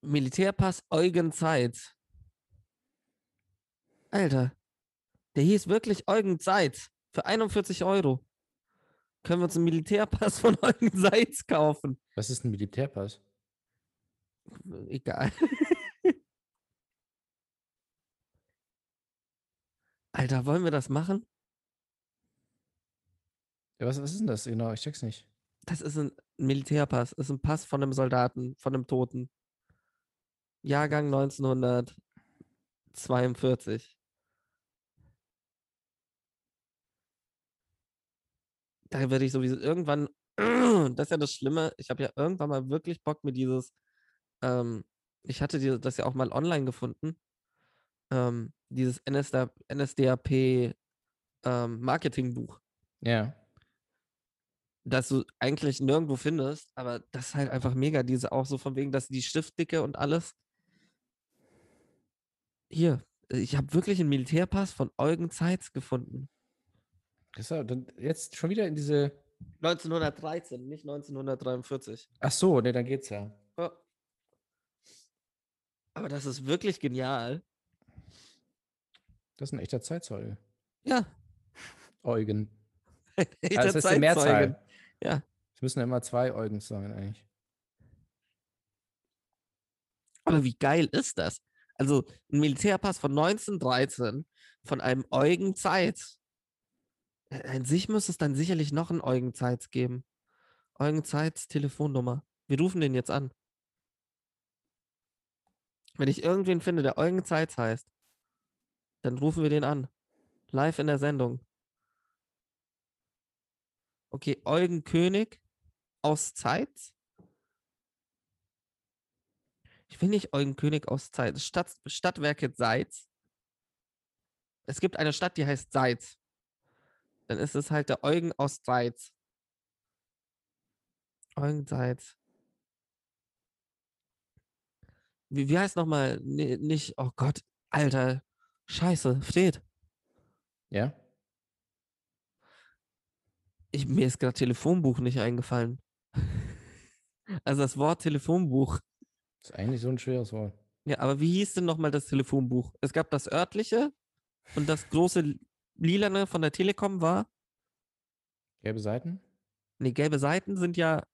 B: Militärpass Eugen Zeit. Alter, der hieß wirklich Eugen Zeit für 41 Euro. Können wir uns einen Militärpass von Eugen Seitz kaufen?
A: Was ist ein Militärpass?
B: Egal. Alter, wollen wir das machen?
A: Ja, was, was ist denn das genau? Ich check's nicht.
B: Das ist ein Militärpass. Ist ein Pass von einem Soldaten, von einem Toten. Jahrgang 1942. Da würde ich sowieso irgendwann, das ist ja das Schlimme, ich habe ja irgendwann mal wirklich Bock mit dieses, ähm, ich hatte die- das ja auch mal online gefunden, ähm, dieses NSDA, NSDAP ähm, Marketingbuch
A: Ja.
B: dass du eigentlich nirgendwo findest, aber das ist halt einfach mega, diese auch so von wegen, dass die Stiftdicke und alles. Hier, äh, ich habe wirklich einen Militärpass von Eugen Zeitz gefunden.
A: Das war dann jetzt schon wieder in diese.
B: 1913, nicht 1943.
A: Ach so, ne, dann geht's ja.
B: Ja. Aber das ist wirklich genial.
A: Das ist ein echter Zeitzeuge.
B: Ja.
A: Eugen.
B: echter
A: Ah, das ist die
B: Zeitzeuge.
A: Mehrzahl.
B: Ja.
A: Es müssen ja immer zwei Eugens sein, eigentlich.
B: Aber wie geil ist das? Also ein Militärpass von 1913 von einem Eugen Zeitz. Äh, An sich müsste es dann sicherlich noch einen Eugen Zeitz geben. Eugen Zeitz Telefonnummer. Wir rufen den jetzt an. Wenn ich irgendwen finde, der Eugen Zeitz heißt, dann rufen wir den an. Live in der Sendung. Okay, Eugen König aus Zeitz. Ich will nicht Eugen König aus Zeit. Stadt, Stadtwerke Seitz. Es gibt eine Stadt, die heißt Seitz. Dann ist es halt der Eugen aus Seitz. Eugen Seitz. Wie, wie heißt nochmal? Nee, nicht, oh Gott, Alter. Scheiße, steht.
A: Ja?
B: Ich, mir ist gerade Telefonbuch nicht eingefallen. Also das Wort Telefonbuch.
A: ist eigentlich so ein schweres Wort.
B: Ja, aber wie hieß denn nochmal das Telefonbuch? Es gab das örtliche und das große li- lilane von der Telekom war.
A: Gelbe Seiten?
B: Nee, gelbe Seiten sind ja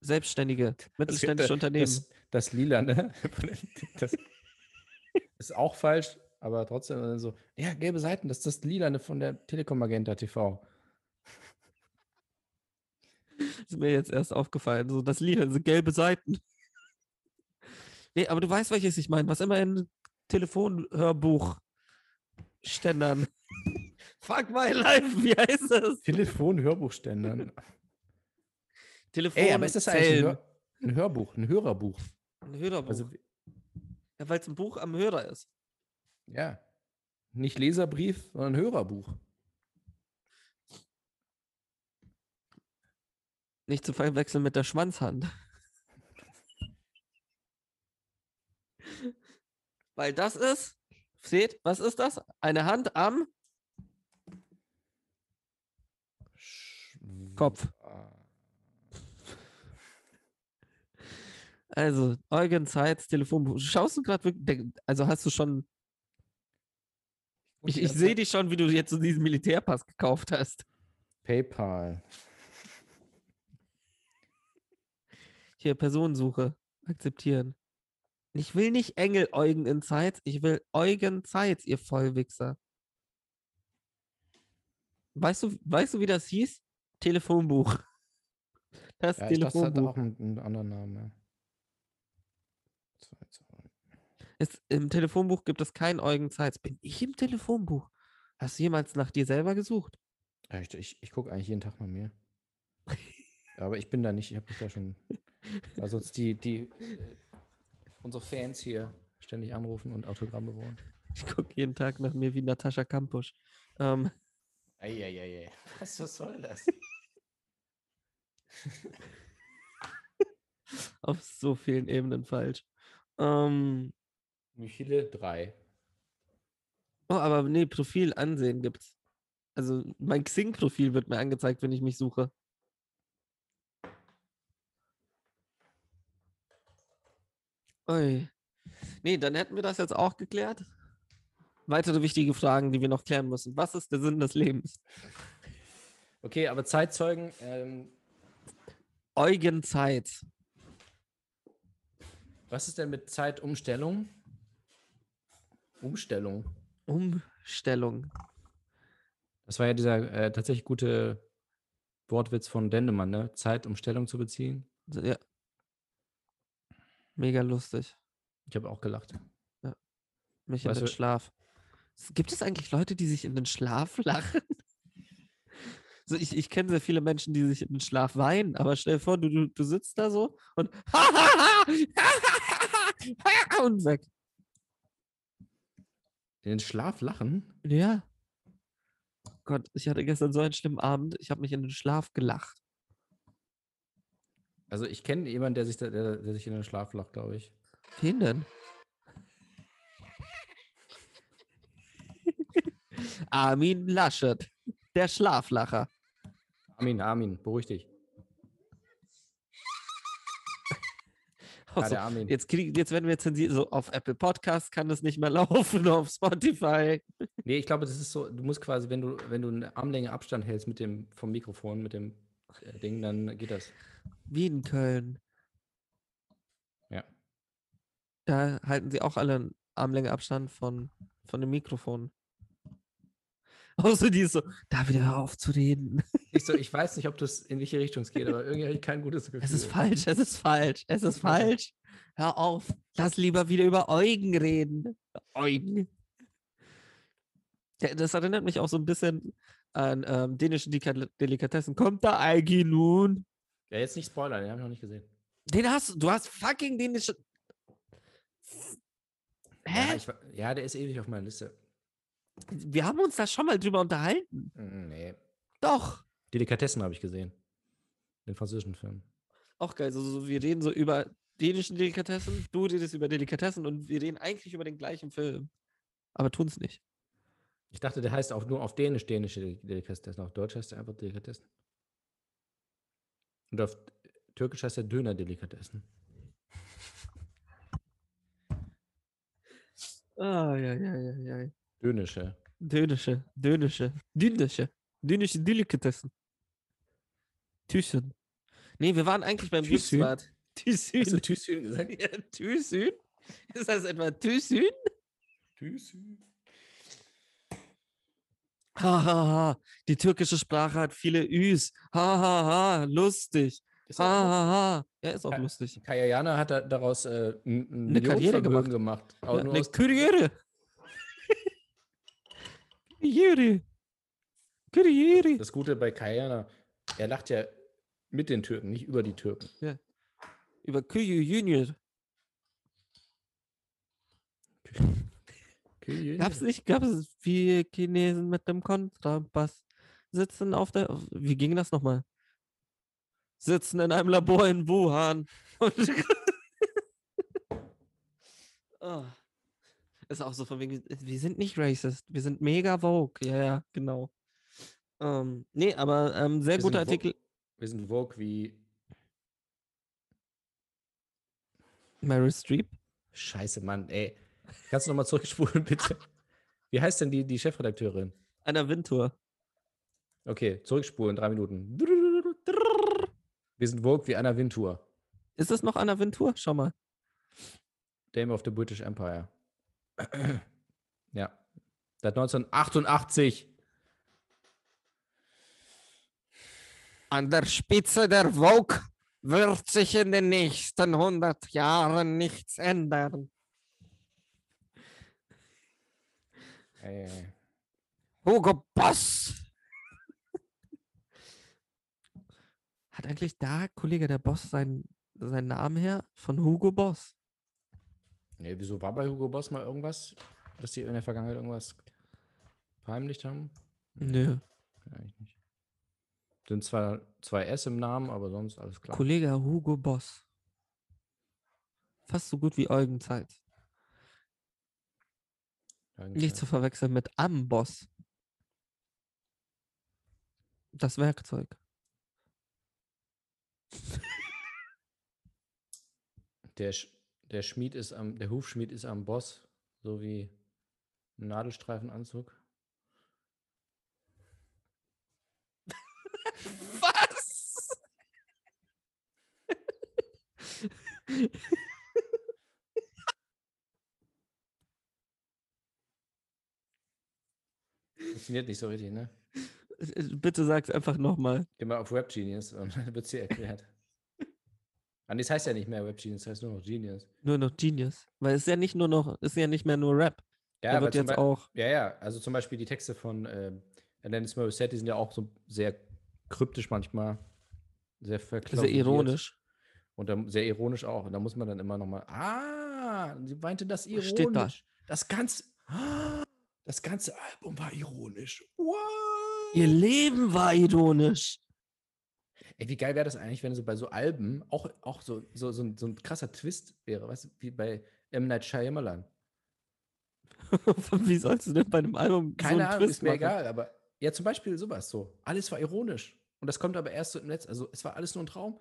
B: selbstständige, mittelständische Unternehmen.
A: Das, das Lila, ne? Das ist auch falsch, aber trotzdem dann so. Ja, gelbe Seiten, das ist das Lila ne, von der Telekom Magenta TV.
B: ist mir jetzt erst aufgefallen. So, das lilane sind gelbe Seiten. Nee, aber du weißt, welches ich meine. Was immer in Telefonhörbuchständern. Fuck my life, wie heißt das?
A: Telefon-Hörbuchständern.
B: Telefon
A: Ey, aber ist das eigentlich ein,
B: Zellen.
A: Hör, ein Hörbuch, ein Hörerbuch?
B: ein Hörerbuch?
A: Also,
B: ja, weil es ein Buch am Hörer ist.
A: ja. Nicht Leserbrief, sondern Hörerbuch.
B: Nicht zu verwechseln mit der Schwanzhand. Weil das ist, seht, was ist das? Eine Hand am Kopf.
A: Ah.
B: Also, Eugen Zeitz, Telefonbuch. Schaust du gerade wirklich, denk- also hast du schon, ich, ich sehe dich schon, wie du jetzt so diesen Militärpass gekauft hast.
A: PayPal.
B: Hier, Personensuche, akzeptieren. Ich will nicht Engel Eugen in Zeitz, ich will Eugen Zeitz, ihr Vollwichser. Weißt du, weißt du, wie das hieß? Telefonbuch. Das
A: Ja, ich dachte, das hat
B: Telefonbuch.
A: auch einen, einen anderen Namen. Ja. Zwei, zwei.
B: Es, Im Telefonbuch gibt es kein Eugen Zeitz. Bin ich im Telefonbuch? Hast du jemals nach dir selber gesucht?
A: Ja, Ich, ich, ich gucke eigentlich jeden Tag mal mehr. Aber ich bin da nicht, ich habe mich da schon. Weil sonst die, die äh, unsere Fans hier ständig anrufen und Autogramme wollen.
B: Ich gucke jeden Tag nach mir wie Natascha Kampusch. Ähm,
A: Eieiei. Was soll das?
B: auf so vielen Ebenen falsch. Ähm,
A: Michele 3.
B: oh, aber nee, Profil ansehen gibt's. Also mein Xing-Profil wird mir angezeigt, wenn ich mich suche. Ui. Nee, dann hätten wir das jetzt auch geklärt. Weitere wichtige Fragen, die wir noch klären müssen. Was ist der Sinn des Lebens?
A: Okay, aber Zeitzeugen, ähm,
B: Eugen Zeit.
A: was ist denn mit Zeitumstellung? Umstellung.
B: Umstellung.
A: Das war ja dieser äh, tatsächlich gute Wortwitz von Dendemann, ne? Zeitumstellung zu beziehen.
B: So, Ja. Mega lustig.
A: Ich habe auch gelacht.
B: Mich in
A: Weißt
B: den
A: du-
B: Schlaf. S- Gibt es eigentlich Leute, die sich in den Schlaf lachen? So, ich, ich kenne sehr viele Menschen, die sich in den Schlaf weinen, aber stell dir vor, du, du, du sitzt da so und und weg.
A: In den Schlaf lachen?
B: Ja. Gott, ich hatte gestern so einen schlimmen Abend. Ich habe mich in den Schlaf gelacht.
A: Also ich kenne jemanden, der sich, da- der, der sich in den Schlaf lacht, glaube ich.
B: Wen denn? Armin Laschet, der Schlaflacher.
A: Armin, Armin, beruhig dich. Ja,
B: Also,
A: der Armin.
B: jetzt, krieg, jetzt werden wir zensiert. So auf Apple Podcast kann das nicht mehr laufen, auf Spotify.
A: Nee, ich glaube, das ist so, du musst quasi, wenn du, wenn du eine Armlänge Abstand hältst mit dem, vom Mikrofon, mit dem äh, Ding, dann geht das.
B: Wie in Köln.
A: Ja.
B: Da halten sie auch alle einen Armlänge Abstand von, von dem Mikrofon. Außer die ist so, da wieder hör auf zu reden.
A: Ich, so, ich weiß nicht, ob das in welche Richtung es geht, aber irgendwie habe ich kein gutes Gefühl.
B: Es ist falsch, es ist falsch, es ist
A: Ja, ja.
B: falsch. Hör auf, lass lieber wieder über Eugen reden. Eugen. Ja, Das erinnert mich auch so ein bisschen an ähm, dänische Dika- Delikatessen. Kommt da Eigi nun?
A: Ja, jetzt nicht spoilern, den habe ich noch nicht gesehen.
B: Den hast du, du hast fucking dänische.
A: Ja,
B: Hä?
A: ich, wa- ja, der ist ewig auf meiner Liste.
B: Wir haben uns da schon mal drüber unterhalten.
A: Mm, Nee.
B: Doch.
A: Delikatessen habe ich gesehen. Den französischen Film.
B: Auch geil. So, so, wir reden so über dänische Delikatessen, du redest über Delikatessen und wir reden eigentlich über den gleichen Film. Aber tun's nicht.
A: Ich dachte, der heißt auch nur auf Dänisch dänische Del- Delikatessen. Auf Deutsch heißt er einfach Delikatessen. Und auf Türkisch heißt er Döner Delikatessen.
B: Ah, ja, ja, ja, ja.
A: Dönische.
B: Dönische, dönische, dünnische, dönische Delikatessen. Tüsün. Nee, wir waren eigentlich beim
A: Tüsün?
B: Glücksrad. Tüsün.
A: Hast du Tüsün gesagt?
B: ja, Tüsün? Ist das etwa Tüsün?
A: Tüsün.
B: Ha, ha, ha. Die türkische Sprache hat viele Üs. Ha, ha, ha. Lustig.
A: Ist
B: Ha,
A: auch
B: ha, ha. Ja, ist auch
A: Ja,
B: lustig.
A: Kayayana hat da- daraus äh, ein, ein
B: Eine Karriere
A: Millionenvermögen gemacht. Auch
B: Ja, ne,
A: nur
B: eine
A: aus-
B: Karriere. Karriere. Karriere.
A: das Gute bei Kayayana, er lacht ja mit den Türken, nicht über die Türken.
B: Über Kyu Junior. Gab's nicht, gab es vier Chinesen mit dem Kontrabass sitzen auf der. auf- Wie ging das nochmal? Sitzen in einem Labor in Wuhan. Und Ah. Ist auch so von wegen, wir sind nicht racist, wir sind mega vogue. Ja, ja, genau. Ähm, nee, aber ähm, sehr
A: Wir
B: guter
A: sind wo-
B: Artikel.
A: Wir sind woke wie.
B: Meryl Streep.
A: Scheiße, Mann, ey. Kannst du nochmal zurückspulen, bitte? Wie heißt denn die, die Chefredakteurin?
B: Anna Wintour.
A: Okay, zurückspulen, drei Minuten. Wir sind woke wie Anna Wintour.
B: Ist es noch Anna Wintour? Schau mal.
A: Dame of the British Empire. ja. Seit 1988.
B: An der Spitze der Vogue wird sich in den nächsten 100 Jahren nichts ändern.
A: Ey, ey, ey.
B: Hugo Boss! Hat eigentlich da, Kollege, der Boss seinen, seinen Namen her? Von Hugo Boss.
A: Nee, wieso war bei Hugo Boss mal irgendwas, dass die in der Vergangenheit irgendwas verheimlicht haben?
B: Nö.
A: Eigentlich nicht. Sind zwar zwei S im Namen, aber sonst alles klar.
B: Kollege Hugo Boss. Fast so gut wie Eugen Zeit.
A: Eigentlich
B: Nicht zu verwechseln mit am Boss. Das Werkzeug.
A: Der, Sch- der Schmied ist am, der Hufschmied ist am Boss, so wie ein Nadelstreifenanzug.
B: Was?
A: Funktioniert nicht so richtig, ne?
B: Äh, Bitte sag's einfach nochmal.
A: Geh mal auf Web Genius und dann wird's dir erklärt. Ah, nee, es heißt ja nicht mehr Web Genius, es heißt nur noch Genius.
B: Nur noch Genius. Weil es ist ja nicht nur noch, es ist ja nicht mehr nur Rap.
A: Ja,
B: da
A: aber
B: wird
A: zum
B: jetzt
A: Be-
B: auch.
A: Ja, ja, also zum Beispiel die Texte von ähm, Alanis Morissette sind ja auch so sehr kryptisch manchmal, sehr
B: Sehr
A: verklausuliert.
B: ironisch.
A: Und dann sehr ironisch auch. Und da muss man dann immer nochmal, ah, sie meinte das ironisch.
B: Steht da.
A: Das ganze, Ah, das ganze Album war ironisch. What?
B: Ihr Leben war ironisch.
A: Ey, wie geil wäre das eigentlich, wenn so bei so Alben auch, auch so, so, so, ein, so ein krasser Twist wäre, weißt du, wie bei M. Night Shyamalan.
B: Wie sollst du denn bei einem Album
A: Keine
B: so einen
A: Ahnung,
B: Twist
A: ist mir
B: machen?
A: egal, aber ja, zum Beispiel sowas so. Alles war ironisch. Und das kommt aber erst so im Netz. Also es war alles nur ein Traum.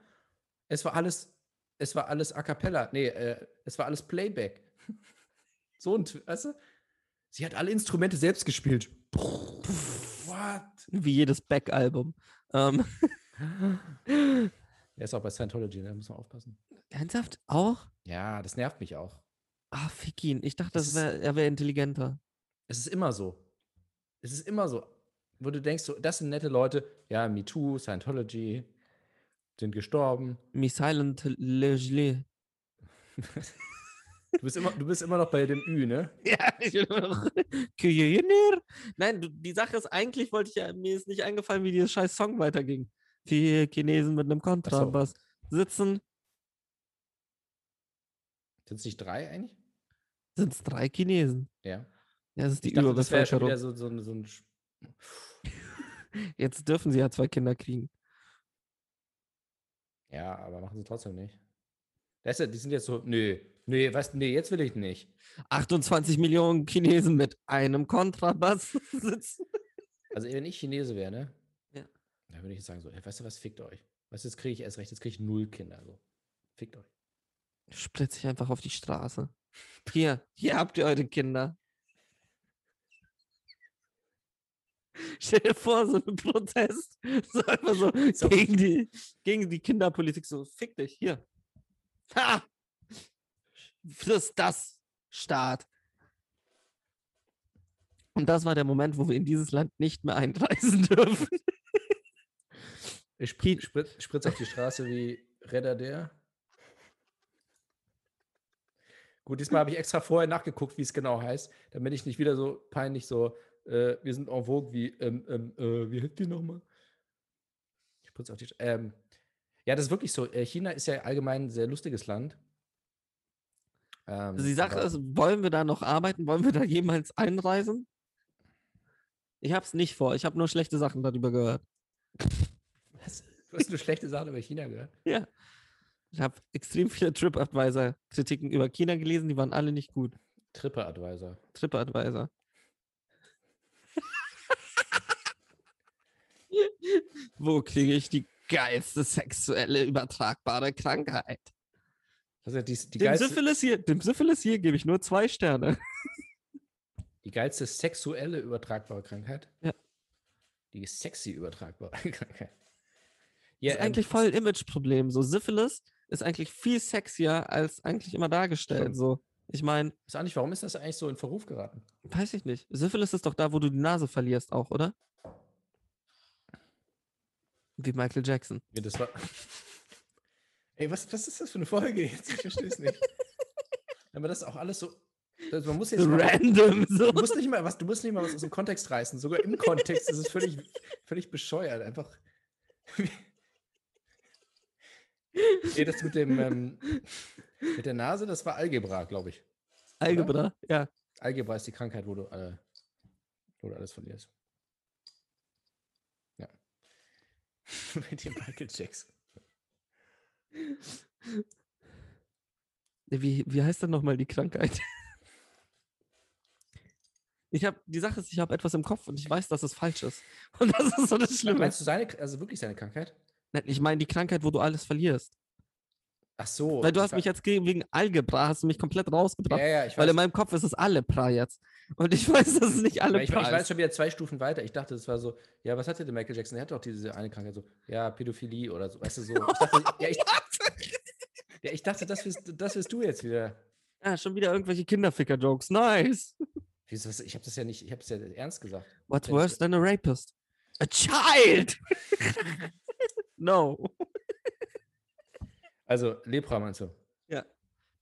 A: Es war alles, es war alles a cappella. Nee, äh, es war alles Playback. so ein, Tw- weißt du? Sie hat alle Instrumente selbst gespielt. What?
B: Wie jedes Beck-Album. Ähm,
A: Er ist auch bei Scientology, ne? da muss man aufpassen.
B: ernsthaft? Auch?
A: Ja, das nervt mich auch.
B: Ah, fick ihn. Ich dachte,
A: Das ist-
B: das wär, er wäre intelligenter.
A: Es ist immer so. Es ist immer so. Wo du denkst, so, das sind nette Leute. Ja, MeToo, Scientology, sind gestorben.
B: Me silent le gelé.
A: Du bist, immer, du bist immer noch bei dem Ü, ne?
B: Ja, ich bin immer noch. Millionär. Nein, du, die Sache ist, eigentlich wollte ich ja, mir ist nicht eingefallen, wie dieser scheiß Song weiterging. Vier Chinesen mit einem Kontrabass sitzen.
A: Sind es nicht drei eigentlich?
B: Sind es drei Chinesen?
A: Ja.
B: Ja, das ist die
A: Ich dachte, das wäre schon
B: Überbevölkerung.
A: wieder so, so, ein- so ein. Sch-
B: Jetzt dürfen sie ja zwei Kinder kriegen.
A: Ja, aber machen sie trotzdem nicht. Das ist ja, die sind jetzt so, nö, nee, was, nee, jetzt will ich nicht.
B: 28 Millionen Chinesen mit einem Kontrabass sitzen.
A: Also, wenn ich Chinese wäre, ne?
B: Ja.
A: Dann würde ich jetzt sagen, so, ey, weißt du was, fickt euch. Weißt du, jetzt kriege ich erst recht, jetzt kriege ich null Kinder. So. Fickt euch.
B: Spritze ich einfach auf die Straße. Hier, hier habt ihr eure Kinder. Stell dir vor, so ein Protest. So einfach so,
A: So.
B: Gegen, die, gegen die Kinderpolitik. So, fick dich, hier. Ha! Friss das, Staat. Und das war der Moment, wo wir in dieses Land nicht mehr einreisen dürfen.
A: Ich
B: Ki-
A: spritz, spritz, spritz auf die Straße wie Redder der. Gut, diesmal habe ich extra vorher nachgeguckt, wie es genau heißt, damit ich nicht wieder so peinlich so, äh, wir sind en vogue wie, ähm, ähm, äh, wie hilft die nochmal? Ich spritz auf die Straße. Ähm, ja, das ist wirklich so. Äh, China ist ja allgemein ein sehr lustiges Land. Ähm,
B: Also die Sache
A: aber-
B: ist, wollen wir da noch arbeiten? Wollen wir da jemals einreisen? Ich habe es nicht vor. Ich habe nur schlechte Sachen darüber gehört.
A: Was? Du hast eine schlechte Sache über China gehört.
B: Ja. Ich habe extrem viele TripAdvisor-Kritiken über China gelesen. Die waren alle nicht gut.
A: Tripper Advisor.
B: TripAdvisor. Wo kriege ich die geilste sexuelle übertragbare Krankheit?
A: Das ist ja die, die,
B: Dem
A: geilste,
B: Syphilis hier, dem Syphilis hier gebe ich nur zwei Sterne.
A: die geilste sexuelle übertragbare Krankheit.
B: Ja.
A: Die sexy übertragbare Krankheit.
B: Das ist
A: ähm,
B: eigentlich voll ein Imageproblem. So Syphilis ist eigentlich viel sexier als eigentlich immer dargestellt.
A: Stimmt.
B: So, ich meine,
A: Ist auch nicht, warum ist das eigentlich so in Verruf geraten?
B: weiß ich nicht. Syphilis ist doch da, wo du die Nase verlierst, auch, oder? Wie Michael Jackson.
A: Ja, das war. Ey, was, was ist das für eine Folge jetzt? Ich verstehe es nicht. Aber das ist auch alles so. Das, man muss jetzt. Mal,
B: Random. So.
A: du, musst nicht mal was, du musst nicht mal was aus dem Kontext reißen. Sogar im Kontext ist es völlig, völlig bescheuert. Einfach. Nee, das mit dem. Ähm, mit der Nase, das war Algebra, glaube ich.
B: Algebra. Ja.
A: Algebra ist die Krankheit, wo du, äh, wo du alles verlierst. Ja. Mit dem Michael Jackson.
B: Nee, Wie, wie heißt denn nochmal die Krankheit? Ich habe die Sache ist, ich habe etwas im Kopf und ich weiß, dass es falsch ist. Und das ist so das Schlimme.
A: Meinst du seine, also wirklich seine Krankheit?
B: Nein, Ich meine die Krankheit, wo du alles verlierst.
A: Ach so.
B: Weil du
A: ich
B: hast
A: war-
B: mich jetzt ge- wegen Algebra, hast du mich komplett rausgebracht.
A: Ja, ja, ich weiß.
B: weil in meinem Kopf ist es Algebra jetzt. Und ich weiß, dass es nicht
A: weil
B: Algebra
A: ich, ich weiß
B: ist.
A: schon wieder zwei Stufen weiter. Ich dachte, es war so, ja, was hatte denn Michael Jackson? Er hat doch diese eine Krankheit, so, ja, Pädophilie oder so. Weißt du, so. Ich dachte, ja, ich, ja, ich dachte das, wirst, das wirst du jetzt wieder.
B: Ja, Ah, schon wieder irgendwelche Kinderficker-Jokes. Nice.
A: Wieso, was- Ich habe das ja nicht, ich habe es ja ernst gesagt.
B: What's
A: Wenn ich-
B: worse than a rapist? A child! no.
A: Also, Lepra meinst du?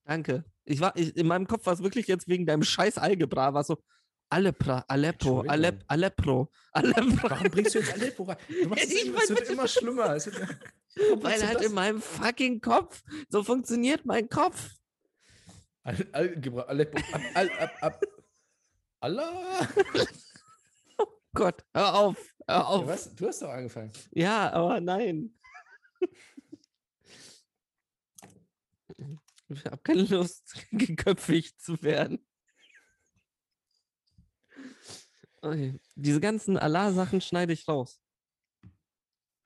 B: Danke. Ich war, ich, in meinem Kopf war es wirklich jetzt wegen deinem scheiß Algebra, war es so Alepra, Aleppo, Alep,
A: Entschuldigung.
B: Alepro, Aleppo.
A: Warum bringst du jetzt Aleppo rein? Du machst es
B: Ich
A: immer- es wird immer schlimmer. Es wird, warum
B: Weil
A: machst du
B: halt
A: das?
B: in meinem fucking Kopf, so funktioniert mein Kopf.
A: Al- Algebra, Aleppo, al, al, ab. Allah!
B: Gott, hör auf, hör
A: Ja,
B: auf.
A: was? Du hast doch angefangen.
B: Ja, aber nein. Ich habe keine Lust, geköpfigt zu werden. Okay. Diese ganzen Allah-Sachen schneide ich raus.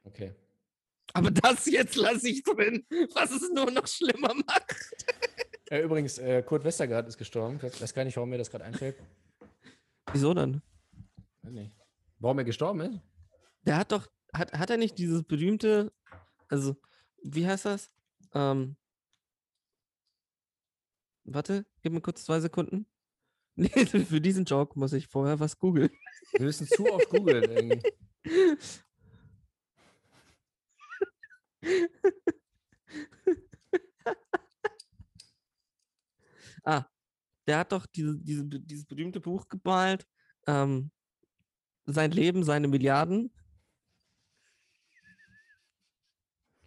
A: Okay.
B: Aber das jetzt lasse ich drin, was es nur noch schlimmer macht.
A: Äh, übrigens, äh, Kurt Westergaard ist gestorben. Ich weiß gar nicht, warum mir das gerade einfällt.
B: Wieso denn?
A: Weiß nicht. Warum er gestorben ist?
B: Der hat doch, hat, hat er nicht dieses berühmte, also, wie heißt das? Ähm, warte, gib mir kurz zwei Sekunden. Nee, Für diesen Joke muss ich vorher was googeln.
A: Wir müssen zu oft googeln. irgendwie.
B: Ah, der hat doch diese, diese, be- dieses berühmte Buch gemalt. Ähm, sein Leben, seine Milliarden.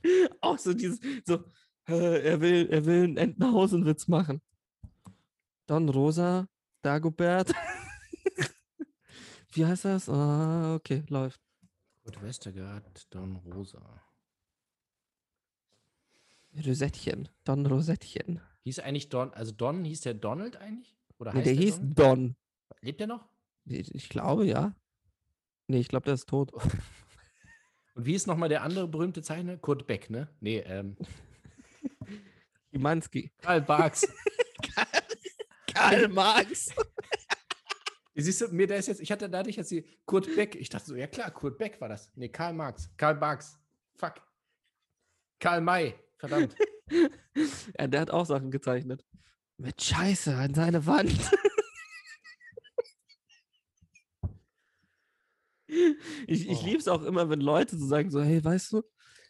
B: Auch so dieses, so, äh, er will, er will einen Entenhausen-Witz machen. Don Rosa, Dagobert. Wie heißt das? Ah, okay, läuft.
A: Kurt Westergaard, Don Rosa.
B: Rosettchen. Don Rosettchen.
A: Hieß eigentlich Don, also Don, hieß der Donald eigentlich? Oder
B: Nee,
A: heißt
B: der
A: der
B: hieß
A: Don?
B: Don.
A: Lebt der noch?
B: Ich ich glaube, ja. Nee, ich glaube, der ist tot.
A: Und wie ist nochmal der andere berühmte Zeichner? Kurt Beck, ne? Nee, ähm,
B: Schimanski.
A: Karl Barks.
B: Karl Marx.
A: Siehst du, mir da ist jetzt, ich hatte dadurch jetzt die Kurt Beck. Ich dachte so, ja klar, Kurt Beck war das. Nee, Karl Marx. Karl Marx. Fuck. Karl May. Verdammt.
B: Ja, der hat auch Sachen gezeichnet. Mit Scheiße an seine Wand. Ich, ich
A: Oh.
B: liebe es auch immer, wenn Leute so sagen, so, hey, weißt du,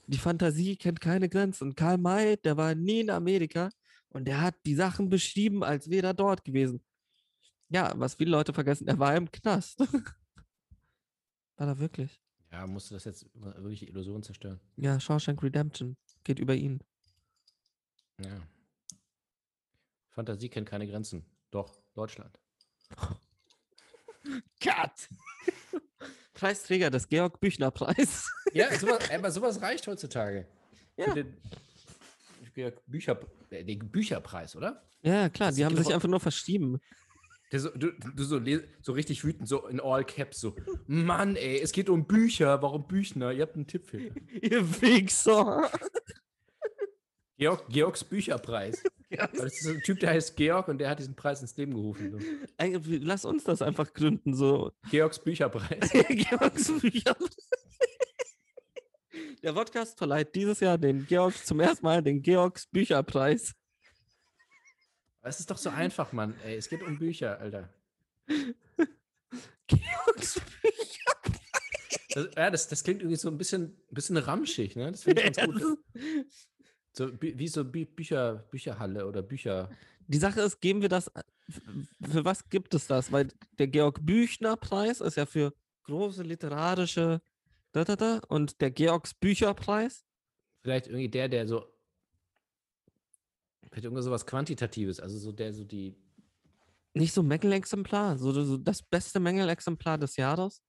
B: die Fantasie kennt keine Grenzen. Und Karl May, der war nie in Amerika und der hat die Sachen beschrieben, als wäre er dort gewesen. Ja, was viele Leute vergessen, er war im Knast. War er wirklich?
A: Ja, musst du das jetzt wirklich die Illusion zerstören.
B: Ja, Shawshank Redemption geht über ihn.
A: Ja. Fantasie kennt keine Grenzen. Doch, Deutschland.
B: Gott! Preisträger des Georg Büchner Preis.
A: Ja, sowas, aber sowas reicht heutzutage.
B: Ja.
A: Für Den Georg Bücher, äh, den Bücherpreis, oder?
B: Ja, klar,
A: Das
B: die haben
A: geht
B: sich
A: doch-
B: einfach nur verschrieben.
A: Der so, du, du so, le- so richtig wütend, so in all caps, so, Mann, ey, es geht um Bücher, warum Büchner? Ihr habt einen Tipp für mich.
B: Ihr Wichser!
A: Georg, Georgs Bücherpreis.
B: Ja,
A: Weil Das ist so ein Typ, der heißt Georg und der hat diesen Preis ins Leben gerufen. So.
B: eigentlich- wir- Lass uns das einfach gründen, so.
A: Georgs Bücherpreis.
B: Georgs Büchner. Der Podcast verleiht dieses Jahr den Georg zum ersten Mal den Georgs Bücherpreis.
A: Es ist doch so einfach, Mann. Ey, es geht um Bücher, Alter.
B: Georgs
A: Das, ja, das, das klingt irgendwie so ein bisschen, bisschen ramschig, ne? Das finde ich ganz gut. So, Bü- wie so Bü Bücher, Bücherhalle oder Bücher.
B: Die Sache ist, geben wir das. Für was gibt es das? Weil der Georg Büchner Preis ist ja für große literarische. Da, da, da, und der Georgs Bücher Preis?
A: Vielleicht irgendwie der, der so. Vielleicht irgendwas sowas Quantitatives, also so der, so die.
B: Nicht so Mängelexemplar, so, so das beste Mängelexemplar des Jahres.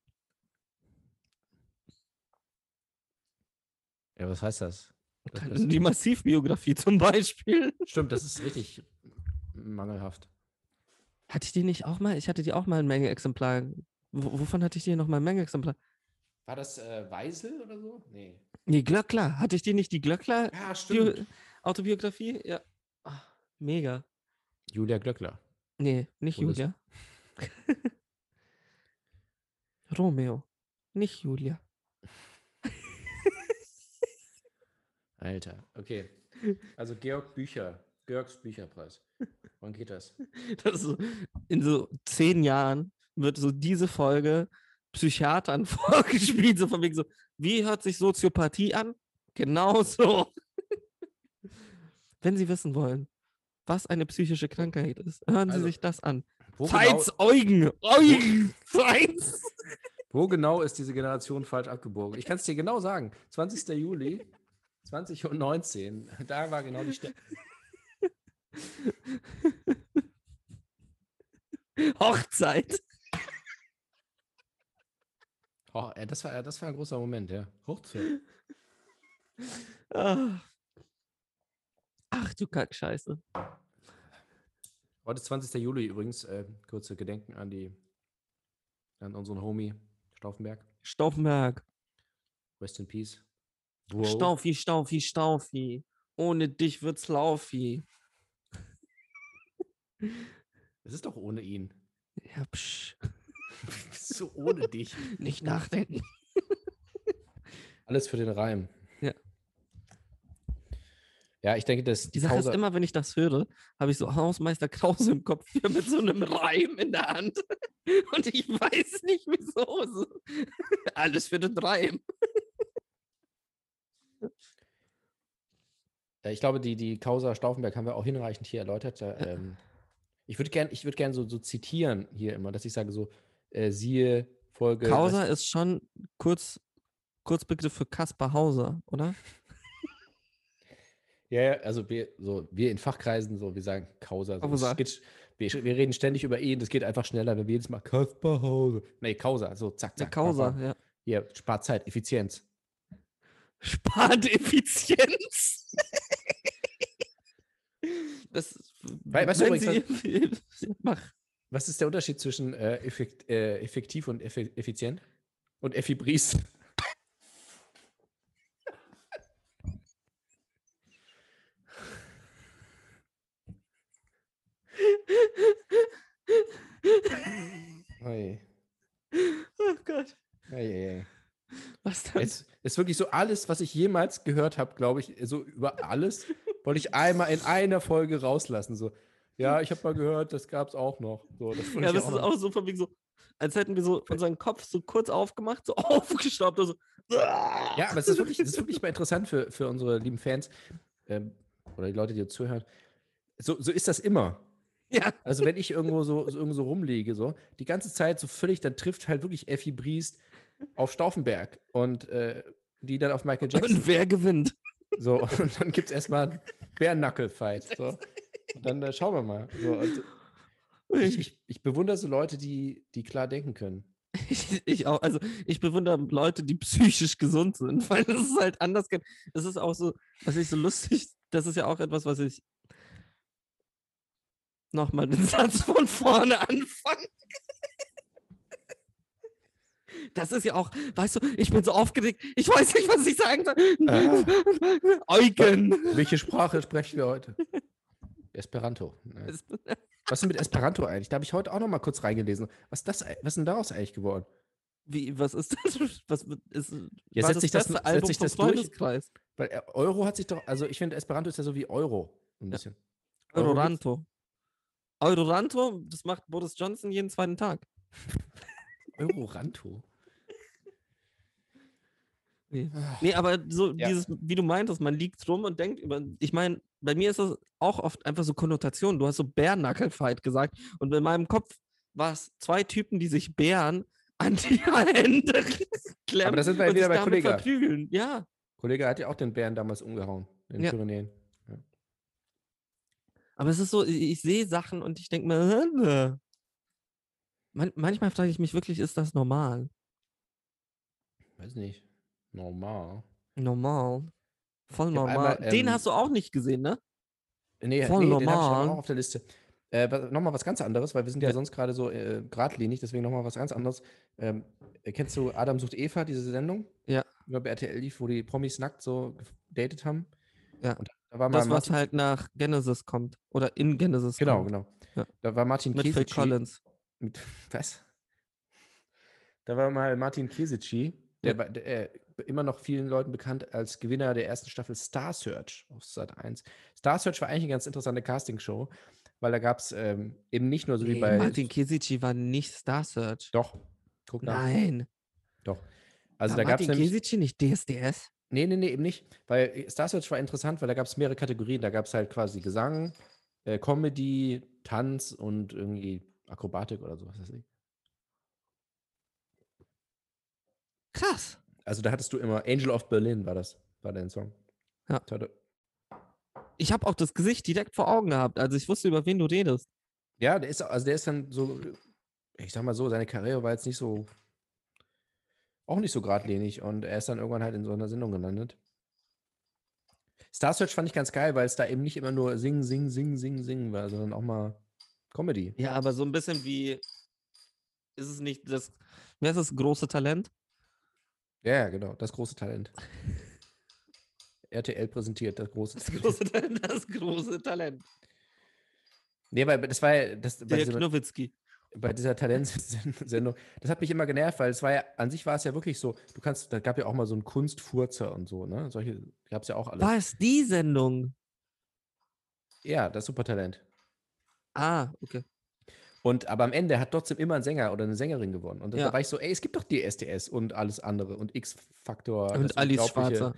A: Ja, was heißt das? Das- das-
B: Die Massivbiografie zum Beispiel.
A: Stimmt, das ist richtig mangelhaft.
B: Hatte ich die nicht auch mal? Ich hatte die auch mal ein Mängelexemplar. Wo- Wovon hatte ich die nochmal ein Mängelexemplar?
A: War das äh, Weisel oder so? Nee.
B: Nee, Glöckler. Hatte ich die nicht die Glöckler?
A: Ja,
B: Bio- Autobiografie? Ja. Ah, mega.
A: Julia Glöckler.
B: Nee, nicht
A: Wo ist-
B: Julia. Romeo. Nicht Julia.
A: Alter. Okay. Also Georg Bücher. Georgs Bücherpreis. Wann geht das?
B: Das ist so, in so zehn Jahren wird so diese Folge Psychiatern vorgespielt, so von wegen so, wie hört sich Soziopathie an? Genau so. Wenn Sie wissen wollen, was eine psychische Krankheit ist, hören Sie
A: Also,
B: sich das an.
A: Wo genau,
B: Zeit's Eugen! Eugen! Zeit's!
A: wo genau ist diese Generation falsch abgebogen? Ich kann es dir genau sagen. 20. Juli 2019. Da war genau die Stelle.
B: Hochzeit!
A: Oh, ey, das, war, das war ein großer Moment, ja. Hochzeit.
B: Ah. Ach du Kackscheiße.
A: Heute ist 20. Juli übrigens. Äh, kurze Gedenken an die an unseren Homie Stauffenberg.
B: Staufenberg.
A: Rest in Peace. Wow.
B: Staufi, Staufi, Staufi. Ohne dich wird's Laufi.
A: Es ist doch ohne ihn.
B: Ja, psch.
A: so ohne dich.
B: Nicht nachdenken.
A: Alles für den Reim.
B: Ja.
A: Ja, ich denke, dass
B: Die Sache
A: Causa-
B: ist immer, wenn ich das höre, habe ich so Hausmeister Krause im Kopf hier mit so einem Reim in der Hand. Und ich weiß nicht wieso. So. Alles für den Reim.
A: Ja, Ich glaube, die, die Causa Stauffenberg haben wir auch hinreichend hier erläutert. Da, ähm, ich würde gerne würd gern so, so zitieren hier immer, dass ich sage so, äh, siehe Folge.
B: Kauser ist schon kurz, Kurzbegriff für Kaspar Hauser, oder?
A: Ja, ja, also wir, so, wir in Fachkreisen, so, wir sagen Causa. So,
B: Causa.
A: es geht, sch- wir, sch- wir reden ständig über ihn, das geht einfach schneller, wenn wir jedes Mal Kaspar Hause. Nee, Causa, so zack,
B: Der
A: zack.
B: Kauser,
A: bam, bam.
B: ja.
A: Hier, spart Zeit, Effizienz.
B: Spart Effizienz. das
A: Wei- weißt du
B: wenn
A: übrigens,
B: Sie, mach.
A: Was ist der Unterschied zwischen äh, effekt, äh, effektiv und effi effizient? Und Effibris? Oi,
B: Oh Gott.
A: oi, oi.
B: Was dann?
A: Es ist wirklich so alles, was ich jemals gehört habe, glaube ich, so über alles, wollte ich einmal in einer Folge rauslassen. So, ja, ich habe mal gehört, das gab es auch noch. So, das wollte
B: ja,
A: ich
B: das ist
A: noch-
B: auch Äh. so von wegen so, als hätten wir so unseren Kopf so kurz aufgemacht, so aufgestaubt und so. ah,
A: Ja, aber es ist wirklich, es ist wirklich mal interessant für, für unsere lieben Fans ähm, oder die Leute, die uns zuhören. So, so ist das immer.
B: Ja,
A: Also wenn ich irgendwo so, so irgendwo so rumliege, so die ganze Zeit so völlig, dann trifft halt wirklich Effi Briest auf Stauffenberg und äh, die dann auf Michael Jackson.
B: und wer gewinnt?
A: So, und dann gibt es erstmal einen Bärnackel-Fight. So. Und dann äh, schauen wir mal. So, und ich, ich, ich bewundere so Leute, die, die klar denken können.
B: Ich, ich auch, also ich bewundere Leute, die psychisch gesund sind, weil das ist halt anders. geht. Es ist auch so, was ich so lustig, das ist ja auch etwas, was ich nochmal den Satz von vorne anfangen. Das ist ja auch, weißt du, ich bin so aufgeregt, ich weiß nicht, was ich sagen soll. Eugen.
A: Welche Sprache sprechen wir heute? Esperanto. Nein. Was ist denn mit Esperanto eigentlich? Da habe ich heute auch noch mal kurz reingelesen. Was, das, ei- was ist denn daraus eigentlich geworden?
B: Wie, was ist das? Was wird- ist,
A: Ja, setzt sich das- setzt sich das durch?
B: Freundeskreis?
A: Weil äh, Euro hat sich doch, also ich finde, Esperanto ist ja so wie Euro. Ein
B: Ja.
A: bisschen. Euro gibt's-
B: Euroranto. Euroranto, das macht Boris Johnson jeden zweiten Tag.
A: Euroranto.
B: Nee.
A: Ah.
B: Nee, aber so
A: Ja.
B: dieses, wie du meintest, man liegt rum und denkt über. Ich meine, bei mir ist das auch oft einfach so Konnotation. Du hast so Bärnackelfight gesagt und in meinem Kopf war es zwei Typen, die sich Bären an die Hände klemmen.
A: Aber da sind wir ja
B: und
A: wieder bei
B: sich damit
A: Kollega.
B: verprügeln. Ja,
A: Kollege hat ja auch den Bären damals umgehauen. In den
B: Ja.
A: Pyrenäen.
B: aber es ist so, ich, ich sehe Sachen und ich denke mir, "Hä? ne?" man, manchmal frage ich mich wirklich, ist das normal?
A: Weiß nicht. Normal.
B: Normal. Voll
A: Ich hab
B: normal.
A: einmal,
B: Den
A: ähm,
B: hast du auch nicht gesehen, ne?
A: Nee,
B: Voll
A: nee den habe ich aber
B: normal.
A: auch auf der Liste. Äh, nochmal was ganz anderes, weil wir sind ja, sonst gerade so äh, geradlinig, deswegen nochmal was ganz anderes. Ähm, äh, kennst du Adam sucht Eva, diese Sendung?
B: Ja.
A: Über bei RTL lief, wo die Promis nackt so gedatet haben.
B: Ja.
A: Und Da war mal
B: Das, was
A: Martin,
B: halt nach Genesis kommt. Oder in Genesis
A: genau,
B: kommt.
A: genau.
B: Ja.
A: Da war Martin
B: Mit Phil
A: Kesici-
B: Collins.
A: Mit, was? Da war mal Martin Kesici, der, bei- der äh, immer noch vielen Leuten bekannt als Gewinner der ersten Staffel Star Search auf Sat 1. Star Search war eigentlich eine ganz interessante Castingshow, weil da gab es ähm, eben nicht nur so wie
B: Nee,
A: bei.
B: Martin Kesici war nicht Star Search.
A: Doch, guck nach.
B: Nein.
A: Also
B: war
A: da gab es
B: Martin
A: nämlich.
B: Kesici nicht DSDS?
A: Nee, nee, nee, eben nicht. Weil äh, Star Search war interessant, weil da gab es mehrere Kategorien. Da gab es halt quasi Gesang, äh, Comedy, Tanz und irgendwie Akrobatik oder sowas. weiß ich.
B: Krass.
A: Also da hattest du immer Angel of Berlin war das, war dein Song.
B: Ja.
A: Da hatte-
B: Ich habe auch das Gesicht direkt vor Augen gehabt. Also ich wusste, über wen du redest.
A: Ja, der ist, also der ist dann so, ich sag mal so, seine Karriere war jetzt nicht so, auch nicht so geradlinig und er ist dann irgendwann halt in so einer Sendung gelandet. Star Search fand ich ganz geil, weil es da eben nicht immer nur singen, singen, singen, singen, singen war, sondern auch mal Comedy.
B: Ja, aber so ein bisschen wie. Ist es nicht das. Wer ist das große Talent?
A: Ja, ja, genau, das große Talent. RTL präsentiert das große
B: Das
A: Talent.
B: große Talent. Das große Talent.
A: Nee, weil das war ja, das, bei,
B: Dirk
A: diesem,
B: Nowitzki.
A: bei dieser Talentsendung, das hat mich immer genervt, weil es war ja, an sich war es ja wirklich so, du kannst, da gab ja auch mal so einen Kunstfurzer und so, ne? Solche gab es ja auch alles.
B: Was? Die Sendung?
A: Ja, das Supertalent.
B: Ah, okay.
A: Und aber am Ende hat trotzdem immer ein Sänger oder eine Sängerin gewonnen. Und da
B: Ja.
A: war ich so, ey, es gibt doch die SDS und alles andere und X-Faktor. das
B: Und Alice
A: Unglaubliche.
B: Schwarzer.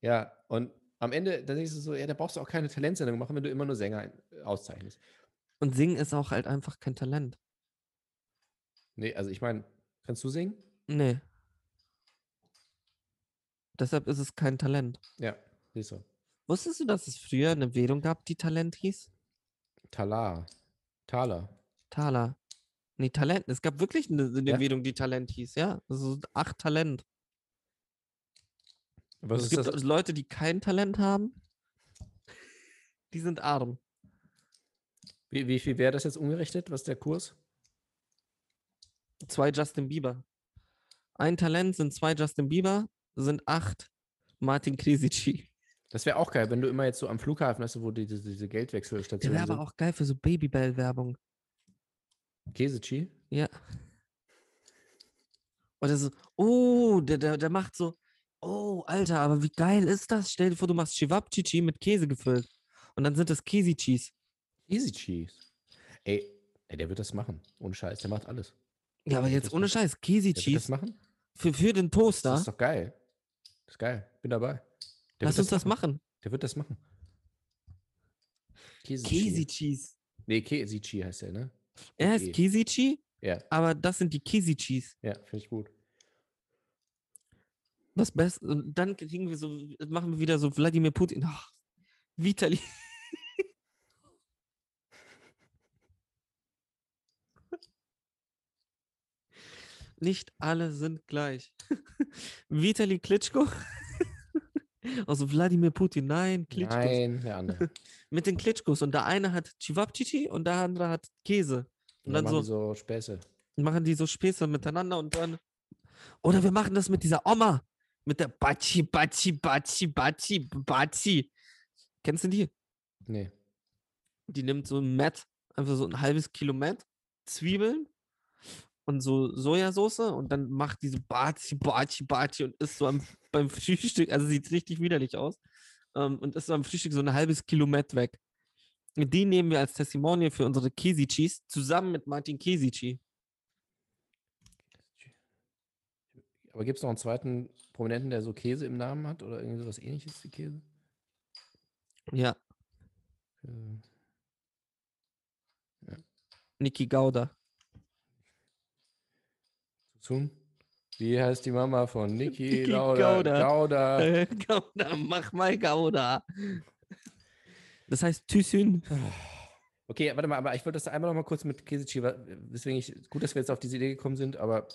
A: Ja, und am Ende, da denkst du so, ja, da brauchst du auch keine Talentsendung machen, wenn du immer nur Sänger ein- auszeichnest.
B: Und singen ist auch halt einfach kein Talent.
A: Nee, also ich meine, kannst du singen?
B: Nee. Deshalb ist es kein Talent.
A: Ja, siehst du.
B: Wusstest du, dass es früher eine Währung gab, die Talent hieß?
A: Talar. Taler.
B: Thaler. Nee, Talent. Es gab wirklich eine, eine
A: Ja?
B: Währung, die Talent hieß, ja. Also acht Talent.
A: Was
B: es
A: ist
B: gibt
A: das?
B: Leute, die kein Talent haben, die sind arm.
A: Wie, wie viel wäre das jetzt umgerechnet? Was ist der Kurs?
B: Zwei Justin Bieber. Ein Talent sind zwei Justin Bieber, sind acht Martin Krisici.
A: Das wäre auch geil, wenn du immer jetzt so am Flughafen hast, wo die, diese, diese
B: Der
A: Geldwechselstationen
B: wäre aber
A: sind.
B: auch geil für so Babybell-Werbung.
A: Käseci?
B: Ja. Oder so, oh, der, der, der macht so, oh, Alter, aber wie geil ist das? Stell dir vor, du machst Chivapchichi mit Käse gefüllt. Und dann sind das Käse-Cheese.
A: Easy Cheese. Ey, ey, der wird das machen. Ohne Scheiß, der macht alles.
B: Ja, aber
A: wird
B: jetzt
A: das
B: ohne
A: machen.
B: Scheiß,
A: Der wird das
B: Käse-Cheese
A: machen?
B: für, für den
A: Das
B: Toaster.
A: ist doch geil. Das ist geil. Bin dabei. Der
B: Lass
A: wird
B: uns das machen.
A: Der wird das machen. Käseci.
B: Käse-Cheese.
A: Nee, Käseci heißt der, ne?
B: Er
A: Eh.
B: heißt Kisichi,
A: Ja,
B: aber das sind die Kisichis.
A: ja, finde ich gut.
B: Das Beste. Und dann kriegen wir so, machen wir wieder so Wladimir Putin. Ach, Vitali. Nicht alle sind gleich. Vitali Klitschko. Also Wladimir Putin, nein, Klitschko.
A: Nein, der andere.
B: Mit den Klitschkos. Und der eine hat Chivapchichi und der andere hat Käse. Und dann
A: machen
B: so,
A: die so Späße.
B: machen die so Späße miteinander und dann. Oder wir machen das mit dieser Oma. Mit der Batschi, Batschi, Batschi, Batschi, Batschi. Kennst du die?
A: Nee.
B: Die nimmt so ein Met, einfach so ein halbes Kilo Met, Zwiebeln und so Sojasauce und dann macht die so Batschi, Batschi, Batschi und isst so am, beim Frühstück, also sieht richtig widerlich aus, ähm, und isst so am Frühstück so ein halbes Kilo Met weg. Und Die nehmen wir als Testimonial für unsere Kesichis zusammen mit Martin Kesichi.
A: Aber gibt es noch einen zweiten Prominenten, der so Käse im Namen hat oder irgendwie sowas ähnliches wie Käse?
B: Ja,
A: Äh,
B: Niki Gauda.
A: Zum? Wie heißt die Mama von Niki
B: Niki
A: Lauda?
B: Lauda.
A: Lauda.
B: Äh, Gouda, mach mal Gouda. Das heißt Tüsün.
A: Okay, warte mal, aber ich wollte das einmal noch mal kurz mit Kesici, wa- weswegen ich, gut, dass wir jetzt auf diese Idee gekommen sind, aber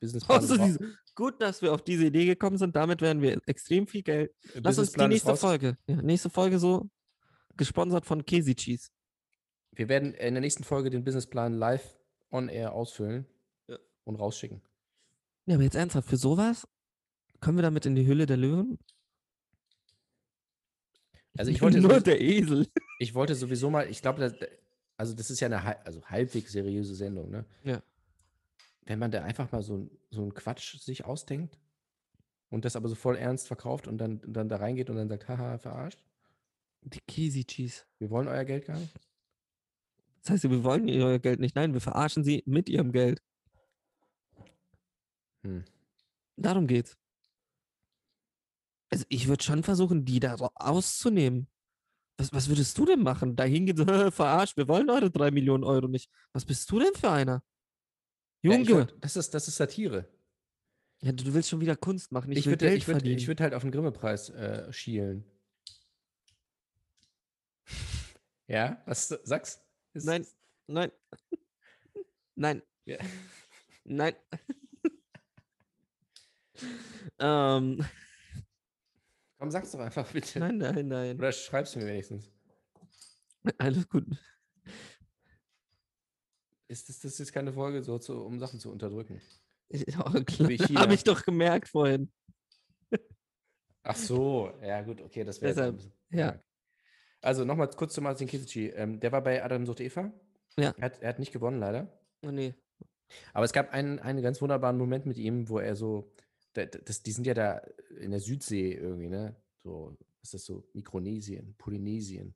A: Businessplan,
B: Also
A: ist, ra-
B: diese- Gut, dass wir auf diese Idee gekommen sind. Damit werden wir extrem viel Geld.
A: äh,
B: Lass uns die
A: Businessplan ist
B: nächste
A: raus.
B: Folge. Ja, nächste Folge so gesponsert von Käse Cheese.
A: Wir werden in der nächsten Folge den Businessplan live on air ausfüllen
B: Ja.
A: und rausschicken.
B: Ja, aber jetzt ernsthaft, für sowas können wir damit in die Hülle der Löwen? Ich
A: Also ich wollte,
B: Nur
A: sowieso,
B: der Esel.
A: ich wollte sowieso mal, ich glaube, das- also das ist ja eine hal- also halbwegs seriöse Sendung, ne?
B: Ja.
A: Wenn man da einfach mal so, ein- so einen Quatsch sich ausdenkt und das aber so voll ernst verkauft und dann, und dann da reingeht und dann sagt, haha, verarscht,
B: Die Käse Cheese.
A: wir wollen euer Geld gar nicht.
B: Das heißt, wir wollen ihr Geld nicht. Nein, wir verarschen sie mit ihrem Geld.
A: Hm.
B: Darum geht's. Also ich würde schon versuchen, die da ra- auszunehmen. Was, was würdest du denn machen? Da hingehen, so, verarscht, wir wollen eure 3 Millionen Euro nicht. Was bist du denn für einer?
A: Ja,
B: Junge,
A: ich wollt- das, ist, das ist Satire.
B: ja, du du willst schon wieder Kunst machen. Ich,
A: Ich
B: will
A: würde
B: Geld
A: ich würd,
B: verdienen.
A: ich würd halt auf den Grimme-Preis äh, schielen. Ja, was sagst du?
B: Nein, nein. Nein.
A: Ja.
B: Nein. ähm,
A: Komm, sag's doch einfach bitte.
B: nein, nein, nein.
A: Oder schreib's mir wenigstens.
B: Alles gut.
A: Ist das, das ist jetzt keine Folge, so zu, um Sachen zu unterdrücken? China.
B: Habe ich doch gemerkt vorhin.
A: Ach so, ja gut, okay, das wäre.
B: Deshalb, ja.
A: Also nochmal kurz zu Martin Kisici. Ähm, der war bei Adam sucht Eva.
B: Ja.
A: Er hat, er hat nicht gewonnen, leider.
B: Oh, nee.
A: Aber es gab einen, einen ganz wunderbaren Moment mit ihm, wo er so, da- da- das, die sind ja da in der Südsee irgendwie, ne? So, ist das so Mikronesien, Polynesien.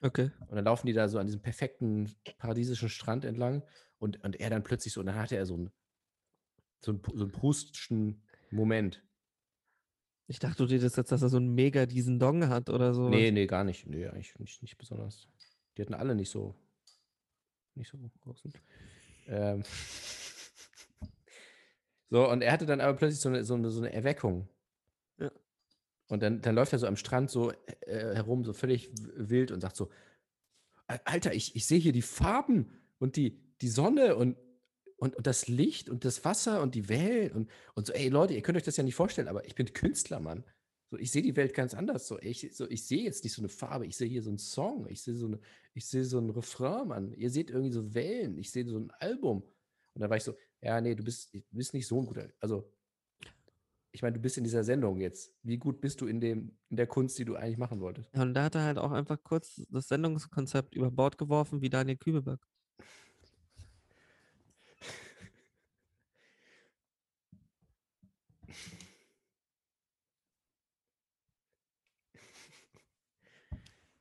B: Okay.
A: Und dann laufen die da so an diesem perfekten paradiesischen Strand entlang und, und er dann plötzlich so, und dann hatte er so einen, so einen, Pu- so einen pustischen Moment.
B: Ich dachte, du redest jetzt, dass er so einen mega diesen Dong hat oder so.
A: Nee, nee, gar nicht. Nee, eigentlich nicht, nicht besonders. Die hatten alle nicht so, nicht so großen. Ähm. So, und er hatte dann aber plötzlich so eine, so eine, so eine Erweckung.
B: Ja.
A: Und dann, dann läuft er so am Strand so äh, herum, so völlig w- wild und sagt so, "Al- Alter, ich, ich sehe hier die Farben und die, die Sonne und, und, und das Licht und das Wasser und die Welt und, und so, ey Leute, ihr könnt euch das ja nicht vorstellen, aber ich bin Künstler, Mann. So, ich sehe die Welt ganz anders. So, ich, so, ich sehe jetzt nicht so eine Farbe, ich sehe hier so einen Song, ich sehe so, eine, ich sehe so einen Refrain, Mann. Ihr seht irgendwie so Wellen, ich sehe so ein Album. Und dann war ich so, ja, nee, du bist, du bist nicht so ein guter. Also, ich meine, du bist in dieser Sendung jetzt. Wie gut bist du in, dem, in der Kunst, die du eigentlich machen wolltest?
B: Ja, Und da hat er halt auch einfach kurz das Sendungskonzept über Bord geworfen, wie Daniel Kübelberg.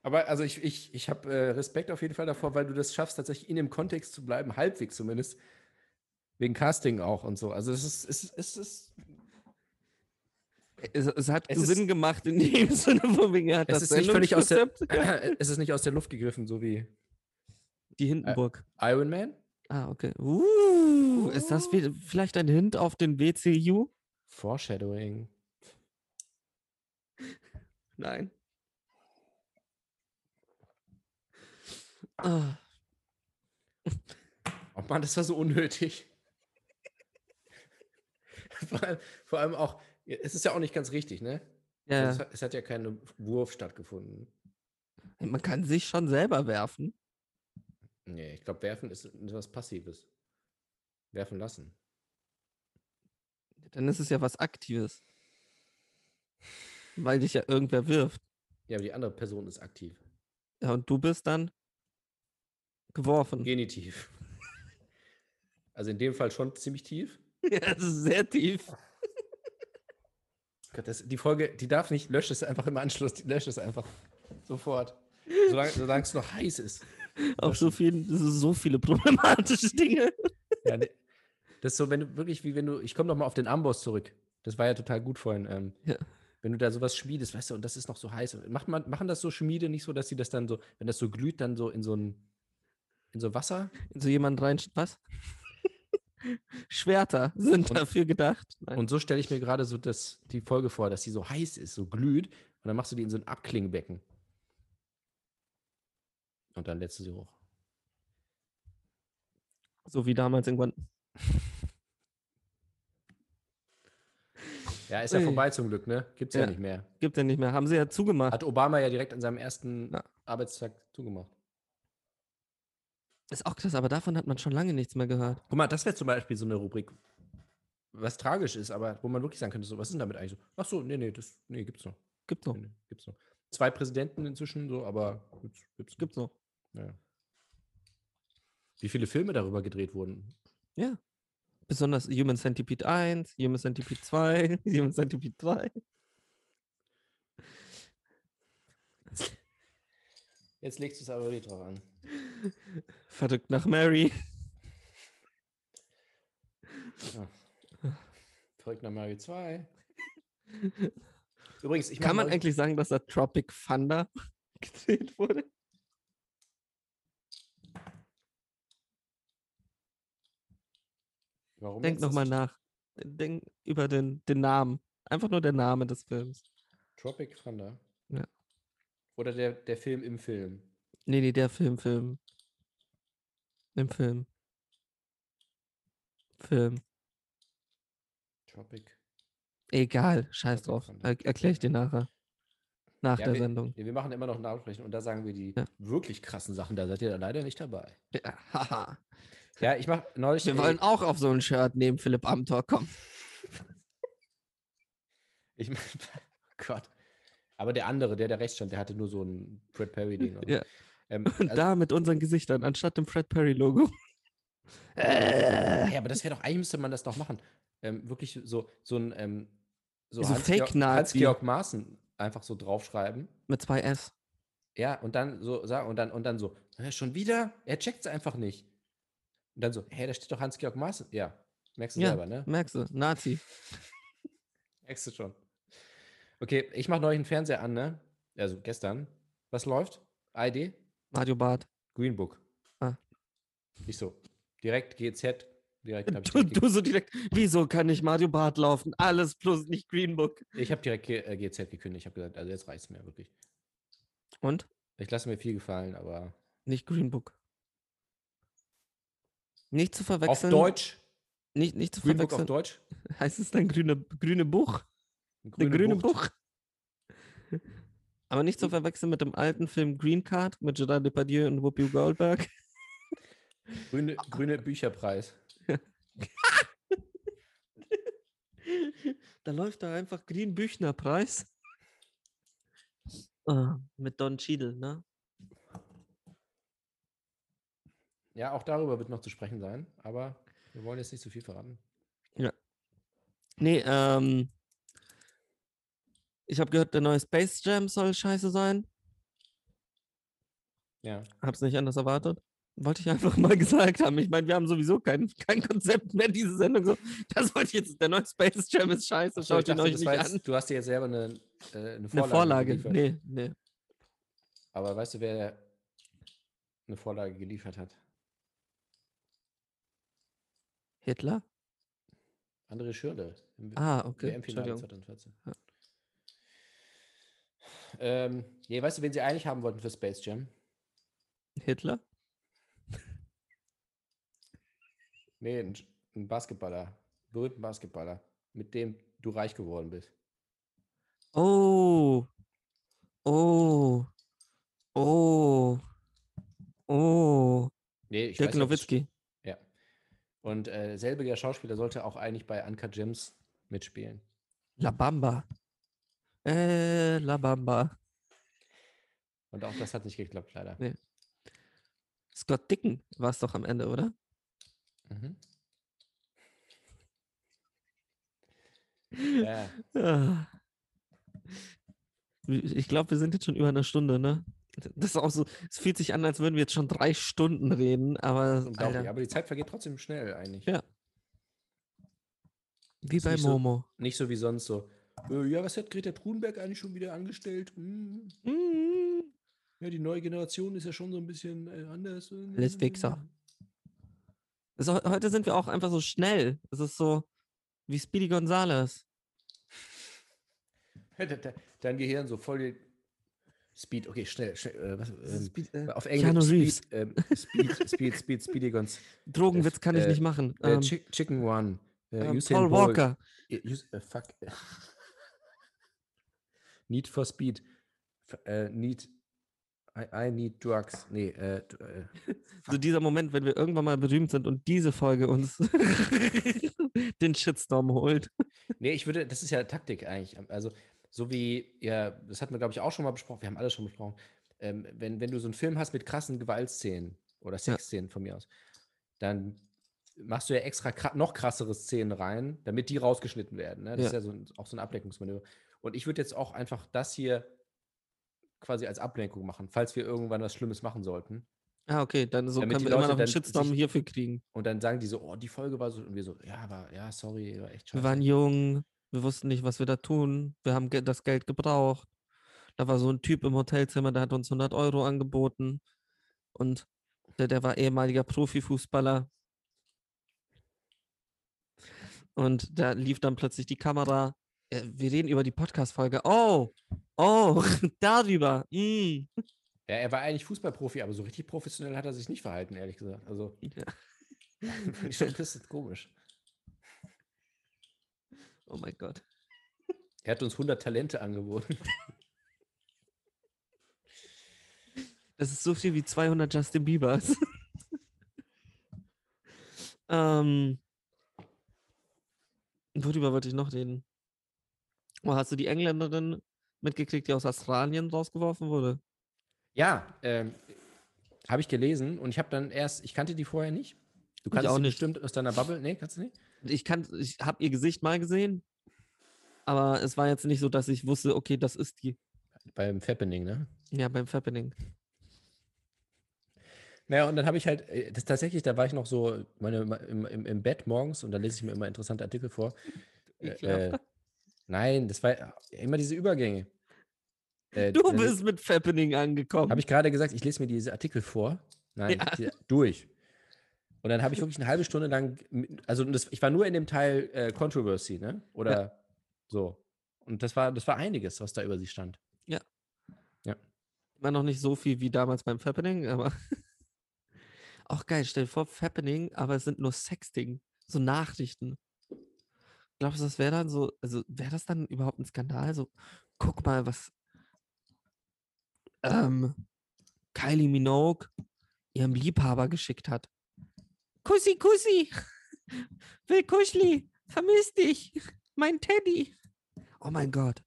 A: Aber also ich, ich, ich habe äh, Respekt auf jeden Fall davor, weil du das schaffst, tatsächlich in dem Kontext zu bleiben, halbwegs zumindest. Wegen Casting auch und so. Also es ist, es ist, es ist,
B: Es, es hat
A: Es ist-
B: Sinn gemacht in dem Sinne, von wegen er hat
A: es
B: das
A: ist nicht völlig aus der,
B: Sendungskonzept-
A: es ist nicht aus der Luft gegriffen, so wie
B: Die Hindenburg.
A: Iron Man.
B: Ah, okay. Uh, ist das vi- vielleicht ein Hint auf den WCU?
A: Foreshadowing.
B: Nein. Ah,
A: Oh Mann, das war so unnötig. vor, allem, vor allem auch, ja, es ist ja auch nicht ganz richtig, ne?
B: ja,
A: Also es, hat- es hat ja kein Wurf stattgefunden.
B: man kann sich schon selber werfen.
A: Nee, ich glaube, werfen ist etwas Passives. Werfen lassen.
B: Dann ist es ja was Aktives. Weil dich ja irgendwer wirft.
A: Ja, aber die andere Person ist aktiv.
B: Ja, und du bist dann
A: Hm.
B: geworfen.
A: Genitiv. Also in dem Fall schon ziemlich tief.
B: Ja, das ist sehr tief.
A: Gott, das, die Folge, die darf nicht, löscht es einfach im Anschluss, die löscht es einfach sofort. Solange solange es noch heiß ist.
B: Auf so vielen, das sind so viele problematische Dinge.
A: Ja, ne- das ist so, wenn du wirklich, wie wenn du, ich komme nochmal auf den Amboss zurück. Das war ja total gut vorhin. Ähm,
B: Ja.
A: Wenn du da sowas schmiedest, weißt du, und das ist noch so heiß. Und Macht man, machen das so Schmiede nicht so, dass sie das dann so, wenn das so glüht, dann so in so ein, in so Wasser?
B: So jemand rein, was? Schwerter sind
A: Und-
B: dafür gedacht. Nein.
A: Und so stelle ich mir gerade so das, die Folge vor, dass die so heiß ist, so glüht. Und dann machst du die in so ein Abklingbecken. Und dann lädst du sie hoch.
B: So wie damals in Guan
A: Ja, ist ja
B: Ui.
A: vorbei zum Glück, ne? Gibt's ja,
B: Ja.
A: nicht mehr.
B: Gibt ja nicht mehr. Haben sie ja zugemacht.
A: Hat Obama ja direkt an seinem ersten
B: Ja.
A: Arbeitstag zugemacht.
B: Ist auch krass, aber davon hat man schon lange nichts mehr gehört.
A: Guck mal, das wäre zum Beispiel so eine Rubrik, was tragisch ist, aber wo man wirklich sagen könnte, so, was ist denn damit eigentlich so? Ach so, nee, nee, das, nee, gibt's noch.
B: Gibt noch.
A: Nee, nee, gibt's noch. zwei Präsidenten inzwischen, so, aber gut, gibt's,
B: Gibt's noch.
A: Wie viele Filme darüber gedreht wurden?
B: Besonders Human Centipede 1, Human Centipede 2, Human Centipede 3.
A: Jetzt legst du es aber wieder drauf an.
B: Verrückt nach Mary.
A: Verrückt nach Mario 2. Übrigens, ich
B: Kann man
A: eigentlich
B: eigentlich sagen, dass da Tropic Thunder gedreht wurde?
A: Warum
B: Denk
A: jetzt das
B: nochmal
A: T-
B: nach. Denk über den, den Namen. Einfach nur der Name des Films.
A: Tropic Thunder.
B: Ja.
A: Oder der, der Film im Film.
B: Nee, nee, der Film, Film. Im Film. Film.
A: Tropic.
B: Egal, scheiß
A: Tropic
B: drauf.
A: Thunder.
B: Er, Erkläre ich dir nachher. Nach
A: Ja,
B: der
A: wir-
B: Sendung.
A: Nee, wir machen immer noch Nachrichten und da sagen wir die
B: Ja.
A: wirklich krassen Sachen. Da seid ihr dann leider nicht dabei.
B: Ja, haha.
A: Ja, ich mache neulich.
B: Wir wollen auch auf so ein Shirt neben Philipp Amthor kommen.
A: Ich mein, oh Gott. Aber der andere, der der rechts stand, der hatte nur so ein Fred Perry-Ding. oder so.
B: Ja.
A: Ähm,
B: Und
A: also,
B: da mit unseren Gesichtern, anstatt dem Fred Perry-Logo. Äh,
A: ja, aber das wäre doch, eigentlich müsste man das doch machen. Ähm, wirklich so, so ein ähm, so
B: So
A: Hans-Georg-
B: Fake-Nazi.
A: Hans-Georg Maaßen einfach so draufschreiben.
B: mit zwei S.
A: Ja, und dann so, sa- und dann, und dann so, "Hä, schon wieder? Er checkt's einfach nicht. Und dann so, hä, da steht doch Hans-Georg Maaßen. Ja, merkst du
B: Ja. Hm.
A: selber, ne?
B: Merkst du, Nazi.
A: Merkst du schon. Okay, ich mache neulich einen Fernseher an, ne? Also gestern. Was läuft? ID?
B: Mario Barth.
A: Green Book.
B: Ah.
A: Ich so, direkt GZ, direkt habe ich
B: Du,
A: direkt,
B: du so direkt, wieso kann nicht Mario Barth laufen? Alles plus nicht Green Book.
A: ge- ich hab direkt G- äh, GZ gekündigt. Ich habe gesagt, also jetzt reicht's mir wirklich.
B: Und?
A: Ich lasse mir viel gefallen, aber
B: Nicht Green Book. Nicht zu
A: auf
B: verwechseln.
A: Deutsch,
B: Nicht, nicht zu
A: Green Book auf
B: verwechseln.
A: Deutsch,
B: Heißt es dann grüne, grüne Buch?
A: eine
B: Eine grüne
A: Bucht.
B: Buch. Aber nicht zu verwechseln mit dem alten Film Green Card mit Gerard Depardieu und Whoopi Goldberg.
A: Grüne, grüne Bücherpreis.
B: Da läuft da einfach Green Büchner Preis. Ah, mit Don Cheadle, ne?
A: Ja, auch darüber wird noch zu sprechen sein, aber wir wollen jetzt nicht zu viel verraten.
B: Nee, ähm. Ich habe gehört, der neue Space Jam soll scheiße sein.
A: Ja.
B: Hab's nicht anders erwartet. Wollte ich einfach mal gesagt haben. Ich meine, wir haben sowieso kein, kein Konzept mehr, diese Sendung. So, das wollte ich jetzt. Der neue Space Jam ist scheiße.
A: Ach so, ich
B: Schaut ihn
A: dachte,
B: euch
A: das
B: nicht
A: war
B: an.
A: jetzt, du hast dir jetzt selber eine, äh, eine Vorlage.
B: Eine Vorlage.
A: geliefert.
B: Nee, nee.
A: Aber weißt du, wer eine Vorlage geliefert hat?
B: Hitler?
A: André Schürle im
B: Ah, okay.
A: WM-Finale
B: Entschuldigung.
A: 2014.
B: Ja.
A: Ähm, nee, weißt du, wen sie eigentlich haben wollten für Space Jam?
B: Hitler?
A: Nee, ein, ein Basketballer. Berühmten Basketballer, mit dem du reich geworden bist.
B: Oh. Oh. Oh. Oh.
A: Nee, ich
B: Dirk
A: weiß nicht, ob das
B: Nowitzki.
A: Ja. Und äh, selbiger Schauspieler sollte auch eigentlich bei Uncut Gems mitspielen.
B: La Bamba. Äh, La Bamba.
A: Und auch das hat nicht geklappt, leider.
B: Nee. Scott Dicken war es doch am Ende, oder?
A: Mhm. Ja,
B: Ah. Wie- Ich glaube, wir sind jetzt schon über eine Stunde, ne? Das ist auch so, es fühlt sich an, als würden wir jetzt schon drei Stunden reden, aber
A: unglaublich.
B: Alter,
A: Aber die Zeit vergeht trotzdem schnell eigentlich.
B: Ja. wie
A: ist
B: bei
A: nicht so-
B: Momo.
A: Nicht so wie sonst so. äh, Ja, was hat Greta Thunberg eigentlich schon wieder angestellt? Hm,
B: Mm.
A: Mhm. ja, die neue Generation ist ja schon so ein bisschen äh, anders.
B: Alles Wichser. So, heute sind wir auch einfach so schnell. Es ist so wie Speedy Gonzales.
A: Ja, de- de- Dein Gehirn so voll die Speed. Okay, schnell. schnell äh, was,
B: Es ist
A: ähm,
B: Speed- äh,
A: auf
B: Keanu
A: Englisch.
B: Reeves.
A: Speed, ähm, Speed, Speed, Speed, Speedy Guns.
B: Drogenwitz kann ich
A: äh,
B: nicht machen.
A: Äh,
B: Ähm,
A: Chi- Chicken One. Äh,
B: ähm,
A: Usain
B: Paul
A: Bolt,
B: Walker.
A: äh, Us äh, fuck. need for Speed. F äh, need. I, I need drugs. Nee, äh, d- äh,
B: So dieser Moment, wenn wir irgendwann mal berühmt sind und diese Folge uns den Shitstorm holt.
A: Ne, nee, ich würde, das ist ja Taktik eigentlich. Also, so wie, ja, das hatten wir, glaube ich, auch schon mal besprochen, wir haben alles schon besprochen, ähm, wenn, wenn du so einen Film hast mit krassen Gewaltszenen oder Sexszenen von mir aus, dann machst du ja extra kra noch krassere Szenen rein, damit die rausgeschnitten werden. Ne? Das
B: Ja.
A: ist ja so ein, auch so ein Ablenkungsmanöver. Und ich würde jetzt auch einfach das hier quasi als Ablenkung machen, falls wir irgendwann was Schlimmes machen sollten.
B: Ah, okay, dann so
A: Damit die
B: können wir immer
A: Leute
B: noch einen
A: dann
B: Shitstorm
A: sich-
B: hierfür kriegen.
A: Und dann sagen die so, oh, die Folge war so, und wir so, ja, aber, ja, sorry, war echt scheiße.
B: Wir waren jung, wir wussten nicht, was wir da tun. Wir haben ge- das Geld gebraucht. Da war so ein Typ im Hotelzimmer, der hat uns 100 Euro angeboten. Und der, der war ehemaliger Profifußballer. Und da lief dann plötzlich die Kamera. Äh, Wir reden über die Podcast-Folge. Oh, oh, darüber. Mm.
A: Ja, er war eigentlich Fußballprofi, aber so richtig professionell hat er sich nicht verhalten, ehrlich gesagt. Also,
B: Ja.
A: finde ich schon ein bisschen komisch.
B: Oh mein Gott.
A: Er hat uns 100 Talente angeboten.
B: Das ist so viel wie 200 Justin Biebers. ähm, worüber wollte ich noch reden? Oh, hast du die Engländerin mitgekriegt, die aus Australien rausgeworfen wurde?
A: Ja, ähm, habe ich gelesen und ich habe dann erst, ich kannte die vorher nicht. Du
B: Ich
A: kannst
B: auch
A: sie
B: nicht.
A: bestimmt aus deiner Bubble. Nee, kannst du nicht?
B: Ich kann, ich habe ihr Gesicht mal gesehen, aber es war jetzt nicht so, dass ich wusste, okay, das ist die.
A: Beim Fappening, ne?
B: Ja, beim Fappening.
A: Naja, und dann habe ich halt, äh, das tatsächlich, da war ich noch so meine, im, im, im Bett morgens und da lese ich mir immer interessante Artikel vor. Äh,
B: Ekelhaft.
A: äh, nein, das war ja immer diese Übergänge. Äh,
B: du
A: das-
B: bist mit Fappening angekommen.
A: Habe ich gerade gesagt, ich lese mir diese Artikel vor. Nein,
B: Ja.
A: die, durch. Und dann habe ich wirklich eine halbe Stunde lang, mit- also das, ich war nur in dem Teil äh, Controversy, ne? Oder so. Und das war, das war einiges, was da über sie stand.
B: immer noch nicht so viel wie damals beim Fappening, aber auch geil. Stell dir vor, Fappening, aber es sind nur Sexting, so Nachrichten. Glaubst du, das wäre dann so, also wäre das dann überhaupt ein Skandal? So, guck mal, was ähm, Kylie Minogue ihrem Liebhaber geschickt hat. Kussi, Kussi, will Kuschli, vermiss dich, mein Teddy. Oh mein Gott.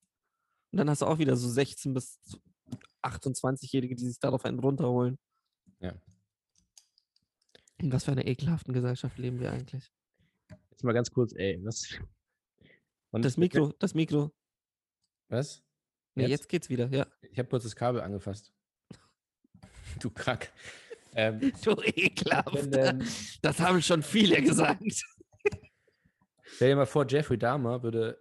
B: Und dann hast du auch wieder so 16 bis 28-Jährige, die sich darauf einen runterholen.
A: Ja.
B: In was für einer ekelhaften Gesellschaft leben wir eigentlich?
A: Jetzt mal ganz kurz, ey. Was? Und
B: Das Mikro, das Mikro.
A: Was?
B: Nee,
A: Jetzt?
B: jetzt geht's wieder, ja.
A: Ich habe kurz das Kabel angefasst. Du Kack. ähm,
B: Du ekelhaft.
A: wenn, ähm,
B: Das haben schon viele gesagt.
A: stell dir mal vor, Jeffrey Dahmer würde,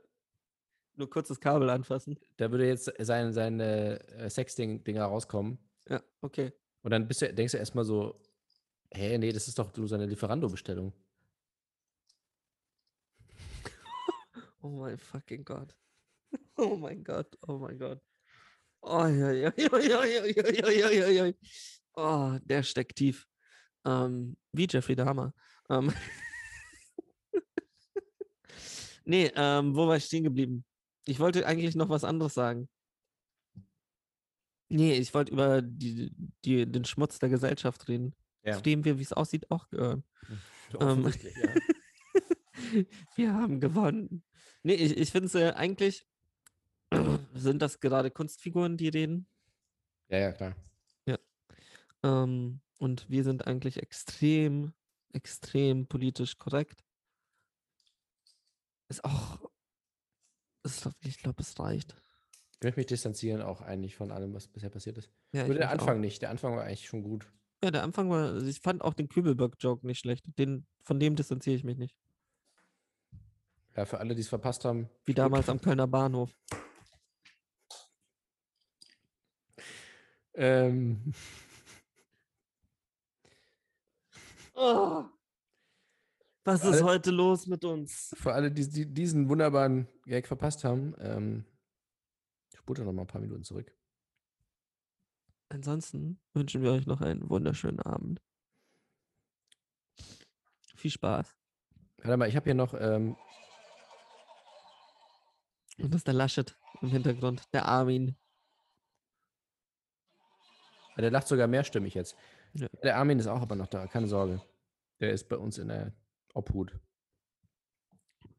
B: Nur kurzes Kabel anfassen.
A: da würde jetzt sein, seine äh, Sexding-Dinger rauskommen.
B: Ja, okay.
A: Und dann bist du, denkst du erstmal so, hä, nee, das ist doch nur seine Lieferando-Bestellung.
B: Oh mein fucking Gott. Oh mein Gott, oh mein Gott. Oh, ja, ja, ja, ja, ja, ja, ja, ja, ja, ja. oh der steckt tief. Ähm, wie Jeffrey Dahmer. Ähm. nee, ähm, wo war ich stehen geblieben? Ich wollte eigentlich noch was anderes sagen. Nee, ich wollte über die, die, den Schmutz der Gesellschaft reden.
A: Ja.
B: Zu dem wir, wie es aussieht, auch gehören.
A: Ähm. Offensichtlich, ja.
B: Wir haben gewonnen. Nee, ich, ich finde es äh, eigentlich, sind das gerade Kunstfiguren, die reden.
A: ja, ja, klar.
B: Ähm, und wir sind eigentlich extrem, extrem politisch korrekt. Ist auch, ist, doch- ich glaube, es reicht.
A: Ich möchte mich distanzieren auch eigentlich von allem, was bisher passiert ist.
B: Ja,
A: Nur
B: ich
A: der
B: mich auch.
A: Anfang nicht. Der Anfang war eigentlich schon gut.
B: Ja, der Anfang war, also ich fand auch den Kübelberg-Joke nicht schlecht. Den, von dem distanziere ich mich nicht.
A: Ja, für alle, die es verpasst haben.
B: Wie damals am Kölner Bahnhof.
A: Ähm,
B: Oh, was ist
A: Alle-
B: heute los mit uns?
A: für alle, die, die diesen wunderbaren Gag verpasst haben, ähm, spult doch noch mal ein paar Minuten zurück.
B: Ansonsten wünschen wir euch noch einen wunderschönen Abend. Viel Spaß.
A: Warte mal, ich habe hier noch, ähm,
B: Und das ist der Laschet im Hintergrund, der Armin.
A: der lacht sogar mehrstimmig jetzt.
B: Ja.
A: Der Armin ist auch aber noch da, keine Sorge. Der ist bei uns in der Obhut.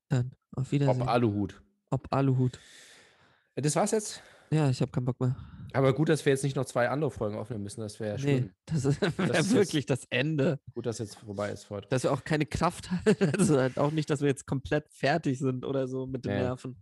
B: Dann auf
A: Ob
B: Wiedersehen.
A: Aluhut. Äh,
B: Ob Aluhut.
A: Das war's jetzt.
B: Ja, ich habe keinen Bock mehr.
A: Aber gut, dass wir jetzt nicht noch zwei andere Folgen aufnehmen müssen. Das wäre ja
B: nee,
A: schlimm.
B: das ist
A: Das
B: wär
A: ist
B: wirklich das Ende.
A: Gut, dass jetzt vorbei ist für heute.
B: Dass wir auch keine Kraft haben. Also halt auch nicht, dass wir jetzt komplett fertig sind oder so mit den
A: Nee.
B: Nerven.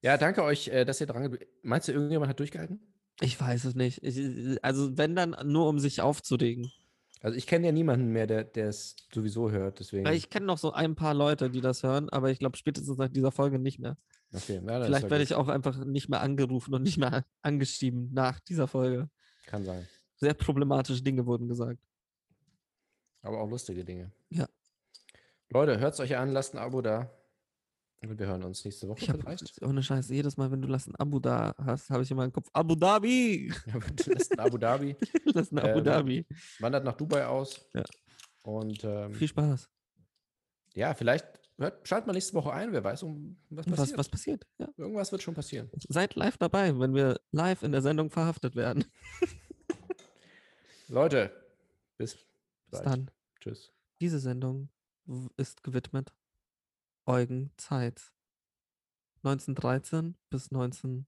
A: Ja, danke euch, äh, dass ihr dran geblie- Meinst du, irgendjemand hat durchgehalten?
B: Ich weiß es nicht. Ich, also wenn dann nur, um sich aufzuregen.
A: Also ich kenne ja niemanden mehr, der der es sowieso hört, deswegen.
B: Weil ich kenne noch so ein paar Leute, die das hören, aber ich glaube spätestens nach dieser Folge nicht mehr.
A: okay, na, das ist
B: Vielleicht
A: ja
B: werde
A: gut.
B: ich auch einfach nicht mehr angerufen und nicht mehr angeschrieben nach dieser Folge.
A: Kann sein.
B: Sehr problematische Dinge wurden gesagt.
A: Aber auch lustige Dinge.
B: Ja.
A: Leute, hört's euch an, lasst ein Abo da. Und wir hören uns nächste Woche
B: Ich habe
A: vielleicht.
B: ohne Scheiß, jedes Mal, wenn du lass ein Abo da hast, habe ich immer im Kopf, Abu Dhabi!
A: lasst ein Abu Dhabi.
B: lass ein Abu
A: Ähm,
B: Dhabi.
A: Wandert nach Dubai aus.
B: Ja.
A: Und ähm,
B: Viel Spaß.
A: ja, vielleicht hört, schaltet mal nächste Woche ein, wer weiß, um was
B: Und Was,
A: passiert.
B: was passiert? Ja.
A: Irgendwas wird schon passieren.
B: Seid live dabei, wenn wir live in der Sendung verhaftet werden.
A: Leute, bis,
B: Bis
A: bald.
B: dann.
A: Tschüss.
B: Diese Sendung w- ist gewidmet Eugen Zeitz. 1913 bis 19.